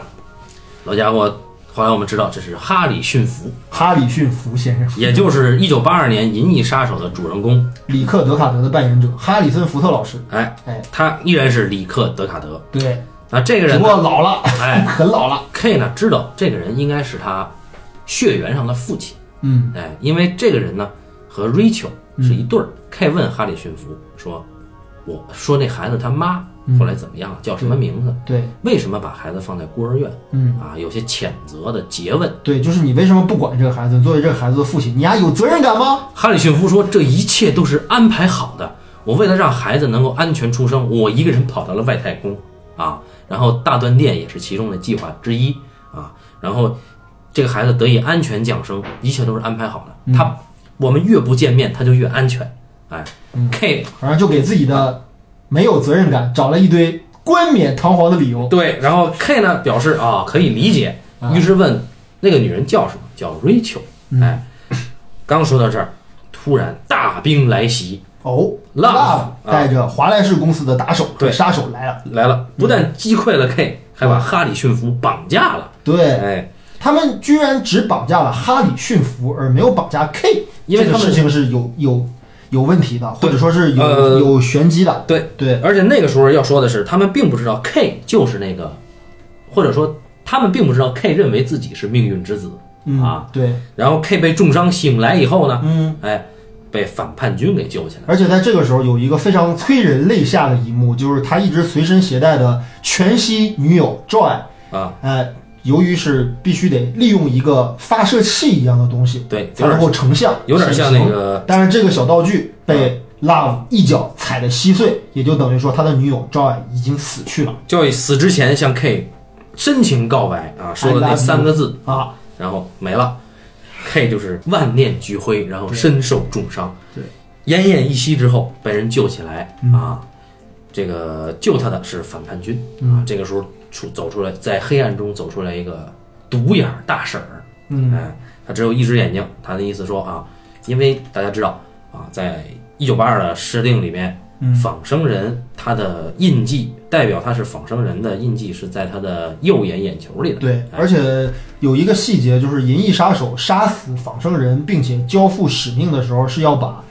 Speaker 1: 老家伙，后来我们知道这是哈里逊福，
Speaker 2: 哈里逊福先生，
Speaker 1: 也就是1982年《银翼杀手》的主人公，
Speaker 2: 里克·德卡德的扮演者哈里森·福特老师。
Speaker 1: 哎，
Speaker 2: 哎，
Speaker 1: 他依然是里克·德卡德。
Speaker 2: 对，
Speaker 1: 那这个
Speaker 2: 只
Speaker 1: 人
Speaker 2: 不
Speaker 1: 呢，
Speaker 2: 过老了，
Speaker 1: 哎
Speaker 2: *laughs* 很老了。
Speaker 1: ，K 呢知道这个人应该是他血缘上的父亲。
Speaker 2: 嗯
Speaker 1: 哎，因为这个人呢和 Rachel 是一对儿。K 问哈里逊福说：“我说那孩子他妈后来怎么样了？叫什么名字？，
Speaker 2: 对，
Speaker 1: 为什么把孩子放在孤儿院？”
Speaker 2: 嗯。
Speaker 1: 啊，有些谴责的诘问。
Speaker 2: 对，就是你为什么不管这个孩子？作为这个孩子的父亲，你丫有责任感吗？
Speaker 1: 哈里逊福说：“这一切都是安排好的。我为了让孩子能够安全出生，我一个人跑到了外太空啊。然后大断电也是其中的计划之一啊。然后这个孩子得以安全降生，一切都是安排好的。他我们越不见面，他就越安全。哎、k
Speaker 2: 反正就给自己的没有责任感找了一堆冠冕堂皇的理由。
Speaker 1: 对，然后 K 呢表示啊可以理解，
Speaker 2: 啊
Speaker 1: 于是问那个女人叫什么？叫 Rachel。哎，刚说到这儿，突然大兵来袭
Speaker 2: 哦
Speaker 1: Love，
Speaker 2: ，Love
Speaker 1: 啊
Speaker 2: 带着华莱士公司的打手
Speaker 1: 对
Speaker 2: 和杀手来了。
Speaker 1: 来了，不但击溃了 K，还
Speaker 2: 嗯
Speaker 1: 把哈里逊福绑架了。
Speaker 2: 对
Speaker 1: 哎，
Speaker 2: 他们居然只绑架了哈里驯服，而没有绑
Speaker 1: 嗯
Speaker 2: 架 K，
Speaker 1: 因为
Speaker 2: 这
Speaker 1: 他
Speaker 2: 个
Speaker 1: 们
Speaker 2: 事情是有有有问题的，或
Speaker 1: 对
Speaker 2: 者说是有、
Speaker 1: 呃
Speaker 2: 有玄机的。
Speaker 1: 对，
Speaker 2: 对，
Speaker 1: 而且那个时候要说的是，他们并不知道 K 就是那个，或者说他们并不知道 K 认为自己是命运之子。
Speaker 2: 嗯，
Speaker 1: 啊
Speaker 2: 对，
Speaker 1: 然后 K 被重伤醒来以后呢，
Speaker 2: 嗯，
Speaker 1: 哎，被反叛军给救起来。
Speaker 2: 而且在这个时候，有一个非常催人泪下的一幕，就是他一直随身携带的全息女友 Joy，
Speaker 1: 啊，
Speaker 2: 呃，由于是必须得利用一个发射器一样的东西
Speaker 1: 对，
Speaker 2: 才
Speaker 1: 有点
Speaker 2: 能够成像，
Speaker 1: 有点像
Speaker 2: 显
Speaker 1: 那
Speaker 2: 形。
Speaker 1: 个啊
Speaker 2: 但是这个小道具被 Love 一脚踩得稀碎，也就等于说他的女友 Joy 已经死去了
Speaker 1: 就死之前向 K 深情告白啊，说了那三个字，
Speaker 2: 啊！
Speaker 1: 然后没了。K 就是万念俱灰，然后身受重伤，
Speaker 2: 对，
Speaker 1: 奄奄一息之后被人救起来、
Speaker 2: 嗯
Speaker 1: 啊。这个救他的是反叛军、啊，
Speaker 2: 嗯
Speaker 1: 这个时候出走出来，在黑暗中走出来一个独眼儿大婶儿，
Speaker 2: 嗯，
Speaker 1: 哎，他只有一只眼睛。他的意思说啊，因为大家知道啊，在一九八二的设定里面，
Speaker 2: 嗯
Speaker 1: 仿生人他的印记代表他是仿生人的印记是在他的右眼眼球里的。
Speaker 2: 对，
Speaker 1: 哎
Speaker 2: 而且有一个细节就是，银翼杀手杀死仿生人并且交付使命的时候，是要把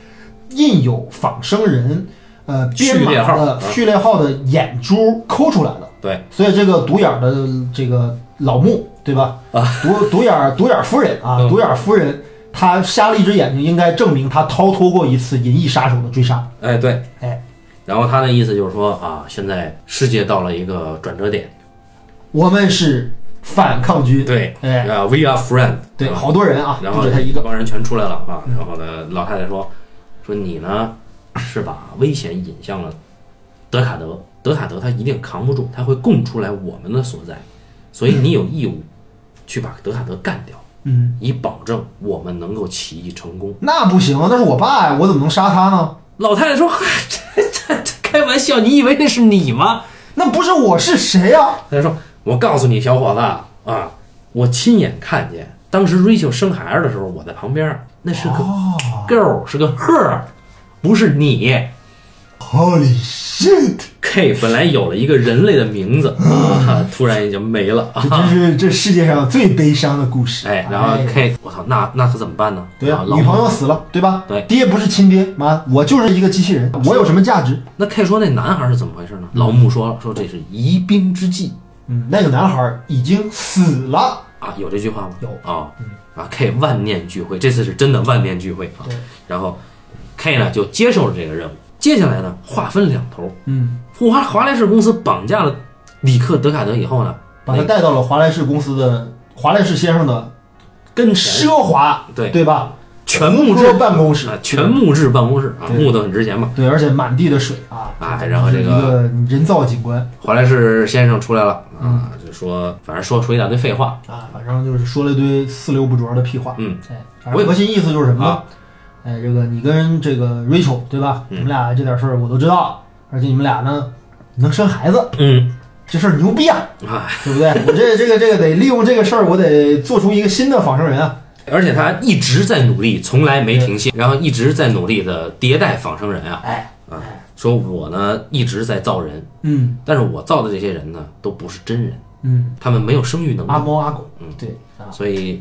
Speaker 2: 印有仿生人呃编
Speaker 1: 序列
Speaker 2: 码
Speaker 1: 号
Speaker 2: 的
Speaker 1: 啊
Speaker 2: 序列号的眼珠抠出来的。
Speaker 1: 对，
Speaker 2: 所以这个独眼儿的这个老穆，对吧？
Speaker 1: 啊，
Speaker 2: 独独眼儿独眼儿夫人啊，
Speaker 1: 嗯
Speaker 2: 独眼儿夫人，她瞎了一只眼睛，应该证明她逃脱过一次银翼杀手的追杀。
Speaker 1: 哎对，
Speaker 2: 哎，
Speaker 1: 然后他的意思就是说啊，现在世界到了一个转折点，
Speaker 2: 我们是反抗军，
Speaker 1: 对，
Speaker 2: 哎，
Speaker 1: 啊，We are friend，
Speaker 2: 对，
Speaker 1: 啊
Speaker 2: 好多人啊，
Speaker 1: 然
Speaker 2: 不
Speaker 1: 后
Speaker 2: 止他一个，嗯
Speaker 1: 帮人全出来了啊。然后呢，老太太说说你呢是把危险引向了德卡德，德卡德他一定扛不住，他会供出来我们的所在，所以你有义务去把德卡德干掉，
Speaker 2: 嗯，
Speaker 1: 以保证我们能够起义成功。
Speaker 2: 那不行啊，那是我爸呀，我怎么能杀他呢？
Speaker 1: 老太太说：“ *laughs* 这这这开玩笑，你以为那是你吗
Speaker 2: 那不是我是谁呀？？”
Speaker 1: 她说：“我告诉你，小伙子啊，我亲眼看见，当时 Rachel 生孩子的时候，我在旁边，那是个
Speaker 2: 哦
Speaker 1: girl，是个 her，不是你。
Speaker 2: ，Holy shit！
Speaker 1: K 本来有了一个人类的名
Speaker 2: *gasps*
Speaker 1: 字，啊、突然也就没了
Speaker 2: *laughs* 这
Speaker 1: 啊！
Speaker 2: 真是这世界上最悲伤的故事。
Speaker 1: 哎，然后 K，我操，那那可怎么办呢？
Speaker 2: 对
Speaker 1: 啊
Speaker 2: 啊，，
Speaker 1: 老
Speaker 2: 女朋友死了，对吧？
Speaker 1: 对
Speaker 2: 爹不是亲爹，妈，我就是一个机器人，我有什么价值？
Speaker 1: 那 K 说那男孩是怎么回事呢？老穆说说这是疑兵之计
Speaker 2: 嗯，那个男孩已经死了。
Speaker 1: 啊，有这句话吗？
Speaker 2: 有嗯
Speaker 1: 啊啊！K 万念俱灰，这次是真的万念俱灰啊
Speaker 2: 对。
Speaker 1: 然后 K 呢就接受了这个任务，接下来呢划分两头，
Speaker 2: 嗯，
Speaker 1: 华华莱士公司绑架了里克德卡德以后呢，
Speaker 2: 把他带到了华莱士公司的华莱士先生的
Speaker 1: 跟谁
Speaker 2: 奢华，
Speaker 1: 对
Speaker 2: 对吧？
Speaker 1: 全木
Speaker 2: 车
Speaker 1: 质
Speaker 2: 办公室
Speaker 1: 啊，全木质办公室啊，
Speaker 2: 对
Speaker 1: 木头很值钱嘛。
Speaker 2: 对，而且满地的水啊，
Speaker 1: 哎然后
Speaker 2: 这
Speaker 1: 这
Speaker 2: 是一
Speaker 1: 个
Speaker 2: 个人造景观
Speaker 1: 华莱士先生出来了
Speaker 2: 嗯
Speaker 1: 啊，就说反正说出一大堆废话
Speaker 2: 啊，反正就是说了一堆四六不着的屁话。
Speaker 1: 嗯，
Speaker 2: 哎，反
Speaker 1: 我也
Speaker 2: 正核心意思就是什么呢
Speaker 1: 啊？
Speaker 2: 哎，这个你跟这个 Rachel 对吧？
Speaker 1: 嗯
Speaker 2: 你们俩这点事儿我都知道，而且你们俩呢能生孩子，
Speaker 1: 嗯
Speaker 2: 这事儿牛逼啊！
Speaker 1: 啊，
Speaker 2: 对不对？我这这个这个得利用这个事儿，我得做出一个新的仿生人啊！
Speaker 1: 而且他一直在努力，从来没停歇，然后一直在努力的迭代仿生人啊。
Speaker 2: 哎，
Speaker 1: 说我呢一直在造人，
Speaker 2: 嗯
Speaker 1: 但是我造的这些人呢都不是真人，
Speaker 2: 嗯，
Speaker 1: 他们没有生育能
Speaker 2: 阿
Speaker 1: 力，
Speaker 2: 猫阿狗，
Speaker 1: 嗯
Speaker 2: 对啊，
Speaker 1: 所以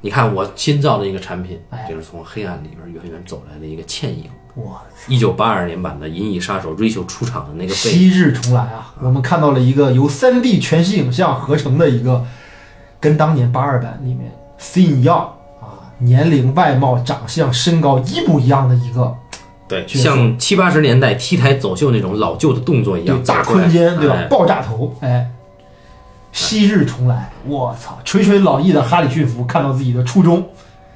Speaker 1: 你看我新造的一个产品
Speaker 2: 哎，
Speaker 1: 就是从黑暗里边远远走来的一个倩影。
Speaker 2: 哇，
Speaker 1: 一九八二年版的《银翼杀手》瑞秋出场的那个背影，
Speaker 2: 昔日重来啊！我们看到了一个由三 D 全息影像合成的一个，跟当年八二版里面 C 一样啊，年龄、外貌、长相、身高一模一样的一个，
Speaker 1: 对，
Speaker 2: 角色
Speaker 1: 像七八十年代 T 台走秀那种老旧的动作一
Speaker 2: 对
Speaker 1: 样，，
Speaker 2: 大
Speaker 1: 走出来
Speaker 2: 空间对吧
Speaker 1: 哎？
Speaker 2: 爆炸头，哎。昔日重来，我操！垂垂老矣的哈里逊福看到自己的初衷，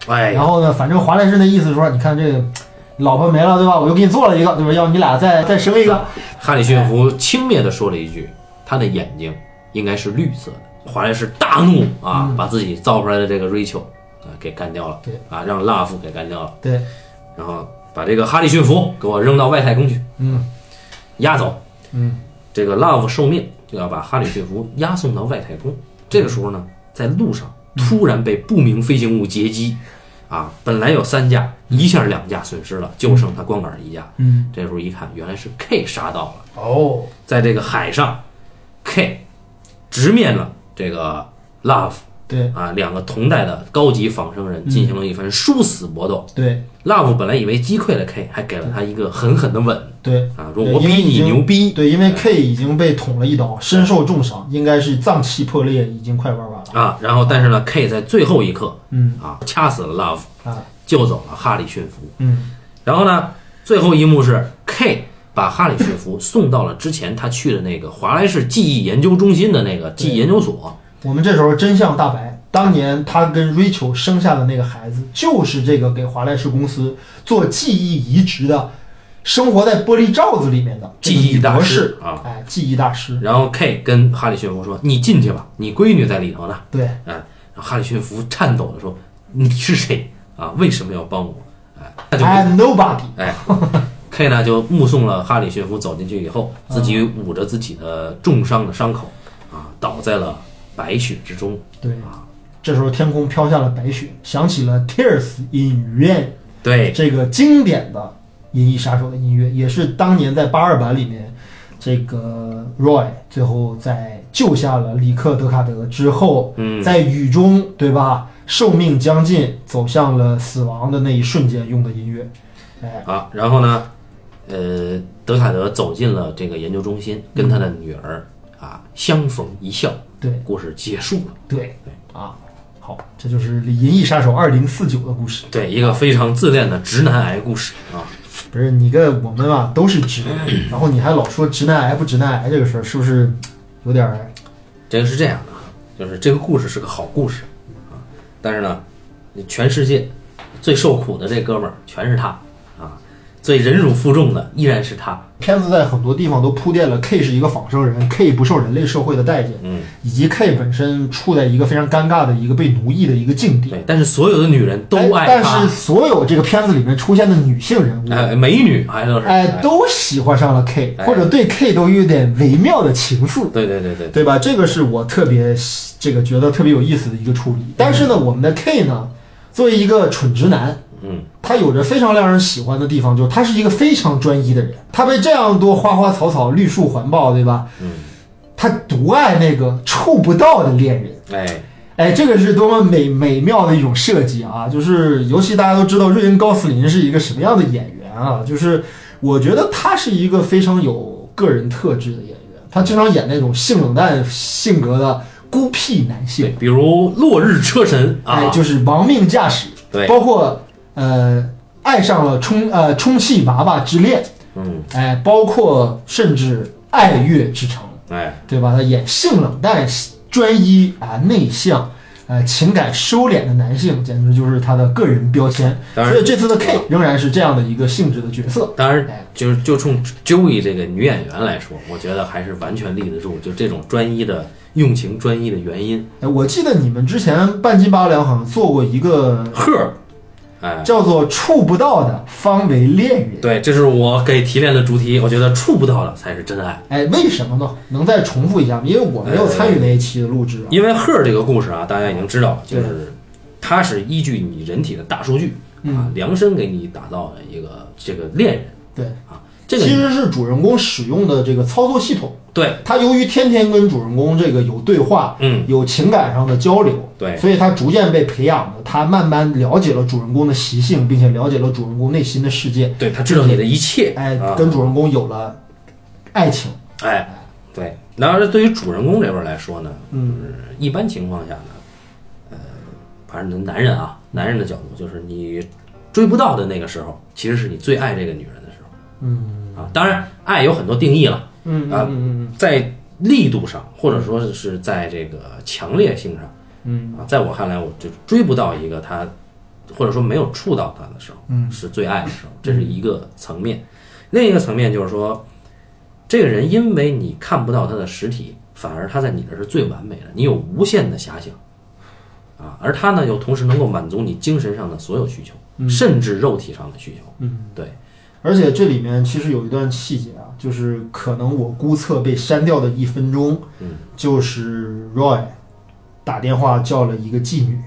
Speaker 1: 哎呀
Speaker 2: 然后呢，反正华莱士那意思说，你看这个老婆没了，对吧？我又给你做了一个，对吧？要你俩再再生一个。
Speaker 1: 哈里逊福轻蔑地说了一句：“他的眼睛应该是绿色的。”华莱士大怒啊，把自己造出来的这个 Rachel 啊给干掉了，
Speaker 2: 嗯对
Speaker 1: 啊，让 Love 给干掉了，
Speaker 2: 对，
Speaker 1: 然后把这个哈里逊福给我扔到外太空去
Speaker 2: 嗯
Speaker 1: 押走。
Speaker 2: 嗯，
Speaker 1: 这个 Love 受命就要把哈里逊福押送到外太空。这个时候呢，在路上突然被不明飞行物劫击，啊，本来有三架，一下两架损失了，就剩他光杆一架。
Speaker 2: 嗯，
Speaker 1: 这时候一看，原来是 K 杀到了。
Speaker 2: 哦，
Speaker 1: 在这个海上，K 直面了这个 Love
Speaker 2: 对
Speaker 1: 啊，两个同代的高级仿生人进行了一番殊死搏斗。
Speaker 2: 对
Speaker 1: Love 本来以为击溃了 K，还给了他一个狠狠的吻
Speaker 2: 对
Speaker 1: 啊，说我比你牛逼
Speaker 2: 对，因为 K 已经被捅了一刀，身受重伤，应该是脏器破裂，已经快玩完了。
Speaker 1: 啊。然后，但是呢，K 在最后一刻
Speaker 2: 嗯
Speaker 1: 啊，掐死了 Love，
Speaker 2: 啊
Speaker 1: 救走了哈里逊福。
Speaker 2: 嗯
Speaker 1: 然后呢，最后一幕是 K 把哈里逊福送到了之前他去的那个华莱士记忆研究中心的那个记忆研究所。
Speaker 2: 我们这时候真相大白，当年他跟 Rachel 生下的那个孩子，就是这个给华莱士公司做记忆移植的，生活在玻璃罩子里面的这个
Speaker 1: 记忆
Speaker 2: 女
Speaker 1: 大
Speaker 2: 博
Speaker 1: 师
Speaker 2: 士
Speaker 1: 啊
Speaker 2: 哎，记忆大师，
Speaker 1: 然后 K 跟哈里逊福说：“你进去吧，你闺女在里头呢。啊
Speaker 2: 对。”
Speaker 1: 然后哈里逊福颤抖的说：“你是谁啊？为什么要帮我？”哎，他就
Speaker 2: I'm nobody。
Speaker 1: K 呢就目送了哈里逊福走进去以后，自己捂着自己的重伤的伤口，啊，倒在了白雪之中。
Speaker 2: 对，
Speaker 1: 啊
Speaker 2: 这时候天空飘下了白雪，响起了《Tears in Rain
Speaker 1: 对》，
Speaker 2: 这个经典的《银翼杀手》的音乐，也是当年在八二版里面，这个 Roy 最后在救下了里克·德卡德之后，
Speaker 1: 嗯
Speaker 2: 在雨中，对吧？寿命将近，走向了死亡的那一瞬间用的音乐，哎，
Speaker 1: 啊，然后呢，呃，德卡德走进了这个研究中心，跟他的女儿啊相逢一笑，
Speaker 2: 对
Speaker 1: 故事结束了。
Speaker 2: 对啊，好，这就是《银翼杀手2049》的故事。
Speaker 1: 对，一个非常自恋的直男癌故事啊。
Speaker 2: 不是你跟我们啊都是直男，然后你还老说直男癌不直男癌这个事儿，是不是有点儿？
Speaker 1: 这个是这样的啊，就是这个故事是个好故事啊，但是呢，全世界最受苦的这哥们儿全是他啊，最忍辱负重的依然是他。
Speaker 2: 片子在很多地方都铺垫了 K 是一个仿生人，K 不受人类社会的待见，
Speaker 1: 嗯，
Speaker 2: 以及 K 本身处在一个非常尴尬的一个被奴役的一个境地。
Speaker 1: 对，但是所有的女人都
Speaker 2: 哎
Speaker 1: 爱
Speaker 2: 但
Speaker 1: 他
Speaker 2: 是，所有这个片子里面出现的女性人物，
Speaker 1: 哎，美女还都是，
Speaker 2: 哎，都喜欢上了 K，
Speaker 1: 哎
Speaker 2: 或者对 K 都有点微妙的情愫，
Speaker 1: 对对对对，
Speaker 2: 对吧？这个是我特别喜这个觉得特别有意思的一个处理。但是呢，我们的 K 呢，作为一个蠢直男，
Speaker 1: 嗯，
Speaker 2: 他有着非常让人喜欢的地方，就是他是一个非常专一的人。他被这样多花花草草、绿树环抱，对吧？
Speaker 1: 嗯，
Speaker 2: 他独爱那个触不到的恋人。
Speaker 1: 哎，
Speaker 2: 哎，这个是多么美美妙的一种设计啊！就是尤其大家都知道瑞恩·高斯林是一个什么样的演员啊，就是我觉得他是一个非常有个人特质的演员，他经常演那种性冷淡性格的孤僻男
Speaker 1: 对，
Speaker 2: 性，
Speaker 1: 比如《落日车神》
Speaker 2: 哎，
Speaker 1: 啊，
Speaker 2: 就是亡命驾驶，
Speaker 1: 对，
Speaker 2: 包括呃爱上了充呃充气娃娃之恋，
Speaker 1: 嗯，
Speaker 2: 哎，包括甚至爱乐之城。
Speaker 1: 哎，
Speaker 2: 对吧？他演性冷淡、专一啊、内向、呃情感收敛的男性，简直就是他的个人标签。
Speaker 1: 当
Speaker 2: 所
Speaker 1: 然
Speaker 2: 以，这次的 K 仍然是这样的一个性质的角色。
Speaker 1: 当然，
Speaker 2: 哎，
Speaker 1: 就是就冲 Joey 这个女演员来说，我觉得还是完全立得住，就这种专一的用情、专一的原因，
Speaker 2: 哎我记得你们之前半斤八两好像做过一个
Speaker 1: 赫，哎，
Speaker 2: 叫做“触不到的方为恋人
Speaker 1: 对，这是我给提炼的主题，我觉得触不到的才是真爱。”。
Speaker 2: 哎，为什么呢？能再重复一下吗？因为我没有参与那一期的录制啊。
Speaker 1: 呃因为 Her 这个故事啊，大家已经知道了，就是它是依据你人体的大数据啊
Speaker 2: 嗯，
Speaker 1: 量身给你打造的一个这个恋人。
Speaker 2: 对
Speaker 1: 啊，这
Speaker 2: 其
Speaker 1: 个
Speaker 2: 实是主人公使用的这个操作系统，
Speaker 1: 对，
Speaker 2: 他由于天天跟主人公这个有对话，
Speaker 1: 嗯，
Speaker 2: 有情感上的交流，
Speaker 1: 对
Speaker 2: 所以他逐渐被培养的，他慢慢了解了主人公的习性，并且了解了主人公内心的世界，
Speaker 1: 对，他知道你的一切，
Speaker 2: 哎
Speaker 1: 啊，
Speaker 2: 跟主人公有了爱情，
Speaker 1: 哎，对。然而，对于主人公这边来说呢，
Speaker 2: 嗯，
Speaker 1: 就是一般情况下呢，呃，反正男人啊，男人的角度就是你追不到的那个时候，其实是你最爱这个女人的时候。嗯啊，当然，爱有很多定义了，
Speaker 2: 嗯
Speaker 1: 啊
Speaker 2: 嗯
Speaker 1: 在力度上，或者说是在这个强烈性上，
Speaker 2: 嗯
Speaker 1: 啊，在我看来，我就追不到一个他，或者说没有触到他的时候，
Speaker 2: 嗯
Speaker 1: 是最爱的时候，这是一个层面。另一个层面就是说，这个人因为你看不到他的实体，反而他在你这儿是最完美的，你有无限的遐想，啊，而他呢又同时能够满足你精神上的所有需求，啊甚至肉体上的需求。
Speaker 2: 嗯，
Speaker 1: 对，
Speaker 2: 而且这里面其实有一段细节啊，就是可能我估测被删掉的一分钟，
Speaker 1: 嗯，
Speaker 2: 就是 Roy 打电话叫了一个妓女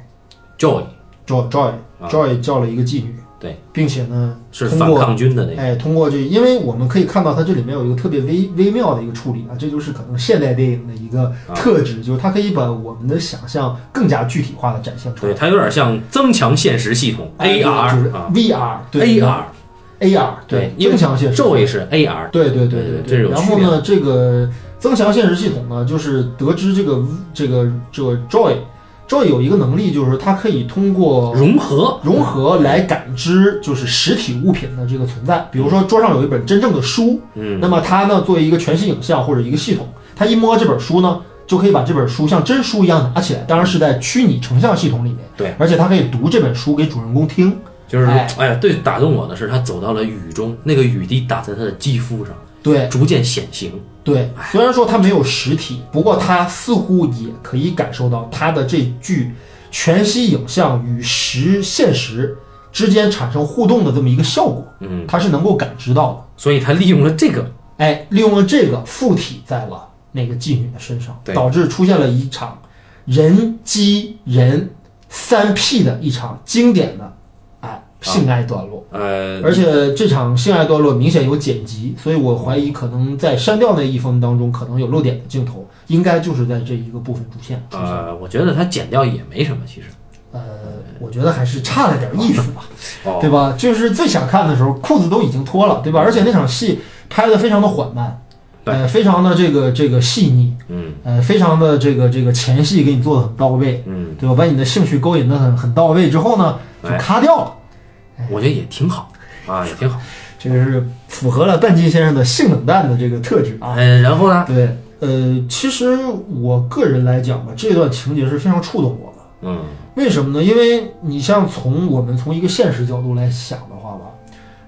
Speaker 1: Joy
Speaker 2: ，Joy Joy
Speaker 1: 啊
Speaker 2: Joy 叫了一个妓女，
Speaker 1: 对，
Speaker 2: 并且呢，
Speaker 1: 是
Speaker 2: 通
Speaker 1: 反
Speaker 2: 过
Speaker 1: 抗军的那个，
Speaker 2: 哎，通过这，因为我们可以看到它这里面有一个特别微微妙的一个处理啊，这就是可能现代电影的一个
Speaker 1: 啊
Speaker 2: 特质，就是它可以把我们的想象更加具体化的展现出
Speaker 1: 对，
Speaker 2: 来。
Speaker 1: 它有点像增强现实系统
Speaker 2: 哎
Speaker 1: AR
Speaker 2: 就是
Speaker 1: 啊
Speaker 2: VR，对
Speaker 1: AR
Speaker 2: AR，
Speaker 1: 对
Speaker 2: 对，
Speaker 1: 因为
Speaker 2: 增强现实，
Speaker 1: Joy 是 AR，
Speaker 2: 对对对
Speaker 1: 对对嗯这是有
Speaker 2: 对。然后
Speaker 1: 区别
Speaker 2: 呢，这个增强现实系统呢，就是得知这个这个这个 Joy Joy 有一个能力，就是它可以通过
Speaker 1: 融合
Speaker 2: 融合来感知，就是实体物品的这个存在。比如说，桌上有一本真正的书，
Speaker 1: 嗯，
Speaker 2: 那么它呢，作为一个全息影像或者一个系统，它一摸这本书呢，就可以把这本书像真书一样拿起来，当然是在虚拟成像系统里面。
Speaker 1: 对，
Speaker 2: 而且它可以读这本书给主人公听。
Speaker 1: 就是
Speaker 2: 哎
Speaker 1: 哎呀，最打动我的是他走到了雨中，那个雨滴打在他的肌肤上，
Speaker 2: 对
Speaker 1: 逐渐显形。
Speaker 2: 对，虽然说它没有实体，不过它似乎也可以感受到它的这具全息影像与实现实之间产生互动的这么一个效果，
Speaker 1: 嗯，
Speaker 2: 它是能够感知到的。
Speaker 1: 所以他利用了这个，
Speaker 2: 哎，利用了这个附体在了那个妓女的身上，
Speaker 1: 对
Speaker 2: 导致出现了一场人机人三 P 的一场经典的哎性爱段落。
Speaker 1: 呃，
Speaker 2: 而且这场性爱段落明显有剪辑，所以我怀疑可能在删掉那一封当中可能有漏点的镜头，应该就是在这一个部分出现。
Speaker 1: 呃，我觉得他剪掉也没什么，其实。
Speaker 2: 呃，我觉得还是差了点意思吧。
Speaker 1: 哦
Speaker 2: 对吧？就是最想看的时候，裤子都已经脱了，对吧？而且那场戏拍的非常的缓慢，
Speaker 1: 对
Speaker 2: 呃，非常的这个这个细腻，
Speaker 1: 嗯
Speaker 2: 呃，非常的这个这个前戏给你做的很到位，
Speaker 1: 嗯，
Speaker 2: 对吧？把你的兴趣勾引的很很到位之后呢，就
Speaker 1: 哎
Speaker 2: 咔掉了。
Speaker 1: 我觉得也挺好啊，也挺好。
Speaker 2: 这这个是符合了半斤先生的性冷淡的这个特质啊。
Speaker 1: 哎，然后呢？
Speaker 2: 对，呃，其实我个人来讲吧，这段情节是非常触动我的。
Speaker 1: 嗯
Speaker 2: 为什么呢？因为你像从我们从一个现实角度来想的话吧，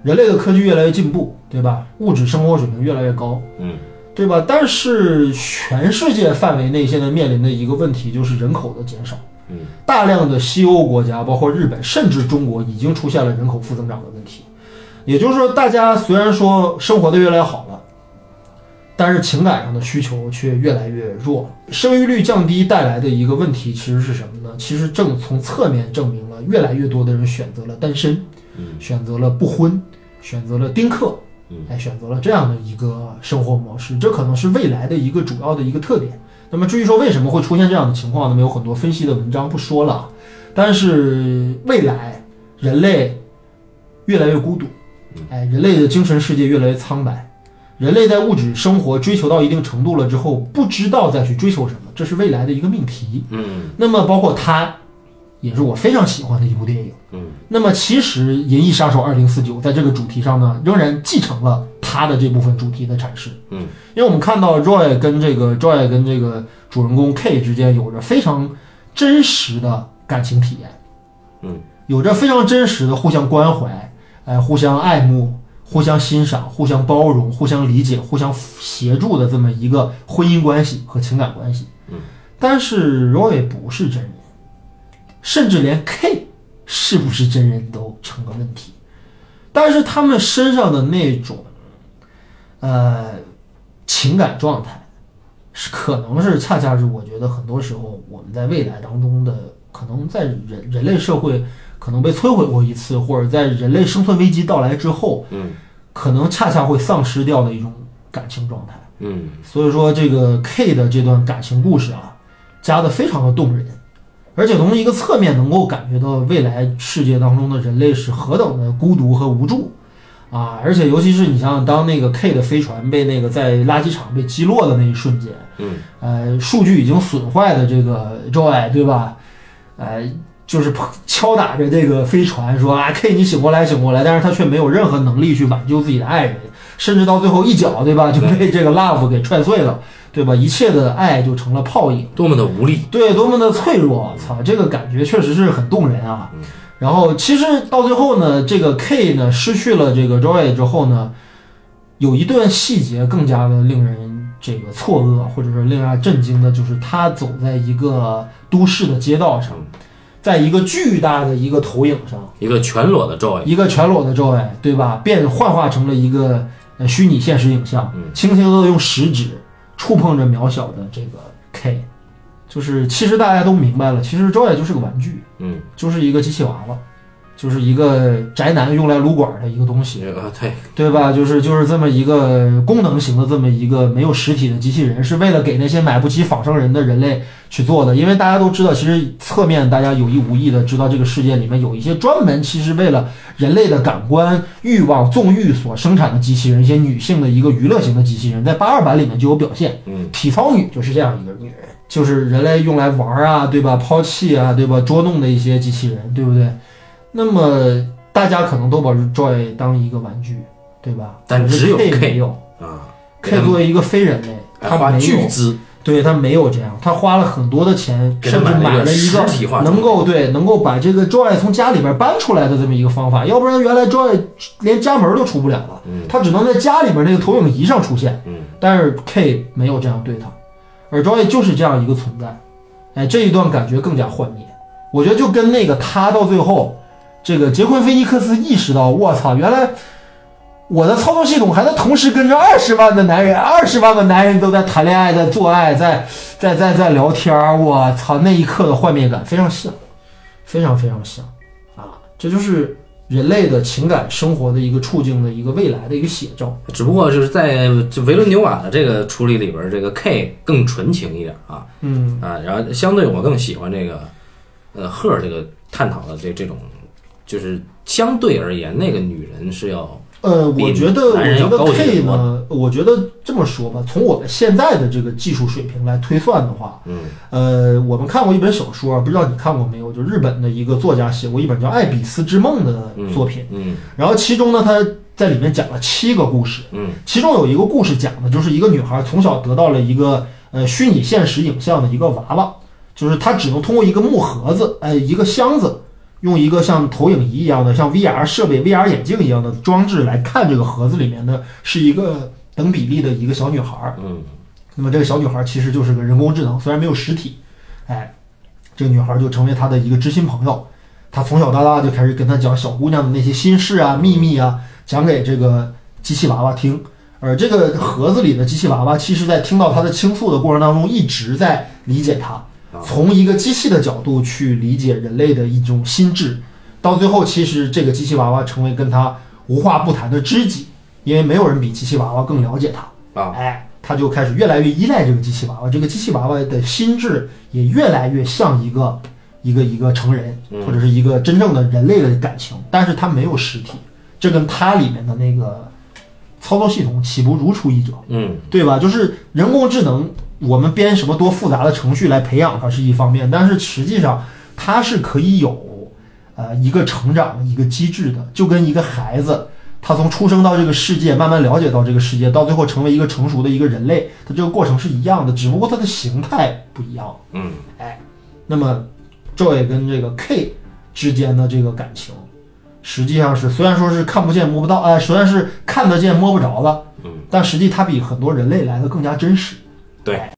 Speaker 2: 人类的科技越来越进步，对吧？物质生活水平越来越高，
Speaker 1: 嗯
Speaker 2: 对吧？但是全世界范围内现在面临的一个问题就是人口的减少，
Speaker 1: 嗯
Speaker 2: 大量的西欧国家，包括日本，甚至中国，已经出现了人口负增长的问题。也就是说，大家虽然说生活的越来越好了，但是情感上的需求却越来越弱了。生育率降低带来的一个问题其实是什么呢？其实正从侧面证明了越来越多的人选择了单身，
Speaker 1: 嗯
Speaker 2: 选择了不婚，选择了丁克，
Speaker 1: 嗯
Speaker 2: 哎，选择了这样的一个生活模式，这可能是未来的一个主要的一个特点。那么至于说为什么会出现这样的情况，那么有很多分析的文章不说了啊。但是未来人类越来越孤独
Speaker 1: 嗯，
Speaker 2: 哎，人类的精神世界越来越苍白，人类在物质生活追求到一定程度了之后，不知道再去追求什么，这是未来的一个命题。
Speaker 1: 嗯
Speaker 2: 那么包括它，也是我非常喜欢的一部电影。
Speaker 1: 嗯
Speaker 2: 那么其实《银翼杀手2049》在这个主题上呢，仍然继承了他的这部分主题的阐释。
Speaker 1: 嗯，
Speaker 2: 因为我们看到 Roy 跟这个 Joy 跟这个主人公 K 之间有着非常真实的感情体验，
Speaker 1: 嗯，
Speaker 2: 有着非常真实的互相关怀，哎，互相爱慕。互相欣赏、互相包容、互相理解、互相协助的这么一个婚姻关系和情感关系。
Speaker 1: 嗯，
Speaker 2: 但是 Roy 不是真人，甚至连 K 是不是真人都成个问题。但是他们身上的那种，呃，情感状态，是可能是恰恰是我觉得很多时候我们在未来当中的，可能在人人类社会可能被摧毁过一次，或者在人类生存危机到来之后，
Speaker 1: 嗯
Speaker 2: 可能恰恰会丧失掉的一种感情状态。
Speaker 1: 嗯
Speaker 2: 所以说，这个 K 的这段感情故事啊，加的非常的动人，而且从一个侧面能够感觉到未来世界当中的人类是何等的孤独和无助啊！而且尤其是你像当那个 K 的飞船被那个在垃圾场被击落的那一瞬间，
Speaker 1: 嗯
Speaker 2: 呃，数据已经损坏的这个 Joy 对吧？呃，就是砰敲打着这个飞船说啊，K 你醒过来，醒过来！但是他却没有任何能力去挽救自己的爱人，甚至到最后一脚对吧就被这个 Love 给踹碎了，对吧？一切的爱就成了泡影。
Speaker 1: 多么的无力。
Speaker 2: 对，多么的脆弱！操，这个感觉确实是很动人啊
Speaker 1: 嗯。
Speaker 2: 然后其实到最后呢，这个 K 呢失去了这个 Joy 之后呢，有一段细节更加的令人这个错愕，或者是令人震惊的，就是他走在一个都市的街道上
Speaker 1: 嗯，
Speaker 2: 在一个巨大的一个投影上，
Speaker 1: 一个全裸的 Joy，
Speaker 2: 一个全裸的 Joy，对吧？变幻化成了一个呃虚拟现实影像
Speaker 1: 嗯，
Speaker 2: 轻轻的用食指触碰着渺小的这个 K，就是其实大家都明白了，其实 Joy 就是个玩具，
Speaker 1: 嗯，
Speaker 2: 就是一个机器娃娃，就是一个宅男用来撸管的一个东西，
Speaker 1: 啊对，
Speaker 2: 对吧？就是就是这么一个功能型的这么一个没有实体的机器人，是为了给那些买不起仿生人的人类去做的。因为大家都知道，其实侧面大家有意无意的知道，这个世界里面有一些专门其实为了人类的感官欲望纵欲所生产的机器人，一些女性的一个娱乐型的机器人，在八二版里面就有表现。
Speaker 1: 嗯
Speaker 2: 体操女就是这样一个女人，就是人类用来玩儿啊，对吧？抛弃啊，对吧？捉弄的一些机器人，对不对？那么大家可能都把 Joy 当一个玩具，对吧？
Speaker 1: 但
Speaker 2: 可是
Speaker 1: 只有
Speaker 2: K
Speaker 1: K
Speaker 2: 没有
Speaker 1: 啊，给
Speaker 2: ，K
Speaker 1: 他
Speaker 2: 作
Speaker 1: 们
Speaker 2: 为一个非人类，
Speaker 1: 还花
Speaker 2: 他没有
Speaker 1: 巨，资
Speaker 2: 对他没有这样，他花了很多的钱，
Speaker 1: 给他
Speaker 2: 甚至
Speaker 1: 买了一个
Speaker 2: 买了一个
Speaker 1: 实体化
Speaker 2: 能够对能够把这个 Joy 从家里边搬出来的这么一个方法，要不然原来 Joy 连家门都出不了了，
Speaker 1: 嗯
Speaker 2: 他只能在家里边那个投影仪上出现。
Speaker 1: 嗯
Speaker 2: 但是 K 没有这样对他，而 Joy 就是这样一个存在。哎，这一段感觉更加幻灭。我觉得就跟那个他到最后，这个杰昆菲尼克斯意识到，我操，原来我的操作系统还在同时跟着二十万的男人，二十万个男人都在谈恋爱，在做爱，在在在在聊天儿。我操，那一刻的幻灭感非常像，非常非常像啊！这就是人类的情感生活的一个处境的一个未来的一个写照。
Speaker 1: 只不过就是在这维伦纽瓦的这个处理里边儿，这个 K 更纯情一点儿啊
Speaker 2: 嗯，
Speaker 1: 啊，然后相对我更喜欢这个呃赫尔这个探讨的这这种，就是相对而言，那个女人是要
Speaker 2: 呃，
Speaker 1: 比
Speaker 2: 我觉
Speaker 1: 男
Speaker 2: 得，我
Speaker 1: 人
Speaker 2: 觉
Speaker 1: 要高
Speaker 2: 得
Speaker 1: 级很
Speaker 2: K
Speaker 1: 多
Speaker 2: 呢，我觉得这么说吧，从我们现在的这个技术水平来推算的话，
Speaker 1: 嗯
Speaker 2: 呃，我们看过一本小说，啊不知道你看过没有？就日本的一个作家写过一本叫《爱比斯之梦》的作品，
Speaker 1: 嗯
Speaker 2: 然后其中呢，他在里面讲了七个故事，
Speaker 1: 嗯，
Speaker 2: 其中有一个故事讲的就是一个女孩从小得到了一个呃虚拟现实影像的一个娃娃，就是她只能通过一个木盒子，呃，一个箱子，用一个像投影仪一样的、像 VR 设备、VR 眼镜一样的装置来看这个盒子里面的是一个等比例的一个小女孩儿。
Speaker 1: 嗯
Speaker 2: 那么这个小女孩其实就是个人工智能，虽然没有实体，哎，这个女孩就成为他的一个知心朋友。他从小到大就开始跟她讲小姑娘的那些心事啊、秘密啊，讲给这个机器娃娃听。而这个盒子里的机器娃娃，其实在听到她的倾诉的过程当中，一直在理解她，
Speaker 1: 啊
Speaker 2: 从一个机器的角度去理解人类的一种心智。到最后，其实这个机器娃娃成为跟她无话不谈的知己，因为没有人比机器娃娃更了解她。
Speaker 1: 啊，
Speaker 2: 哎，他就开始越来越依赖这个机器娃娃，这个机器娃娃的心智也越来越像一个一个一个成人
Speaker 1: 嗯
Speaker 2: 或者是一个真正的人类的感情，但是它没有实体，这跟它里面的那个操作系统岂不如出一辙？
Speaker 1: 嗯
Speaker 2: 对吧？就是人工智能，我们编什么多复杂的程序来培养它是一方面，但是实际上它是可以有呃一个成长的一个机制的，就跟一个孩子。他从出生到这个世界，慢慢了解到这个世界，到最后成为一个成熟的一个人类，他这个过程是一样的，只不过它的形态不一样。
Speaker 1: 嗯
Speaker 2: 那么，Joy 跟这个 K 之间的这个感情，实际上是虽然说是看不见摸不到，哎、虽然是看得见摸不着了，
Speaker 1: 嗯，
Speaker 2: 但实际它比很多人类来的更加真实。
Speaker 1: 对
Speaker 2: 哎，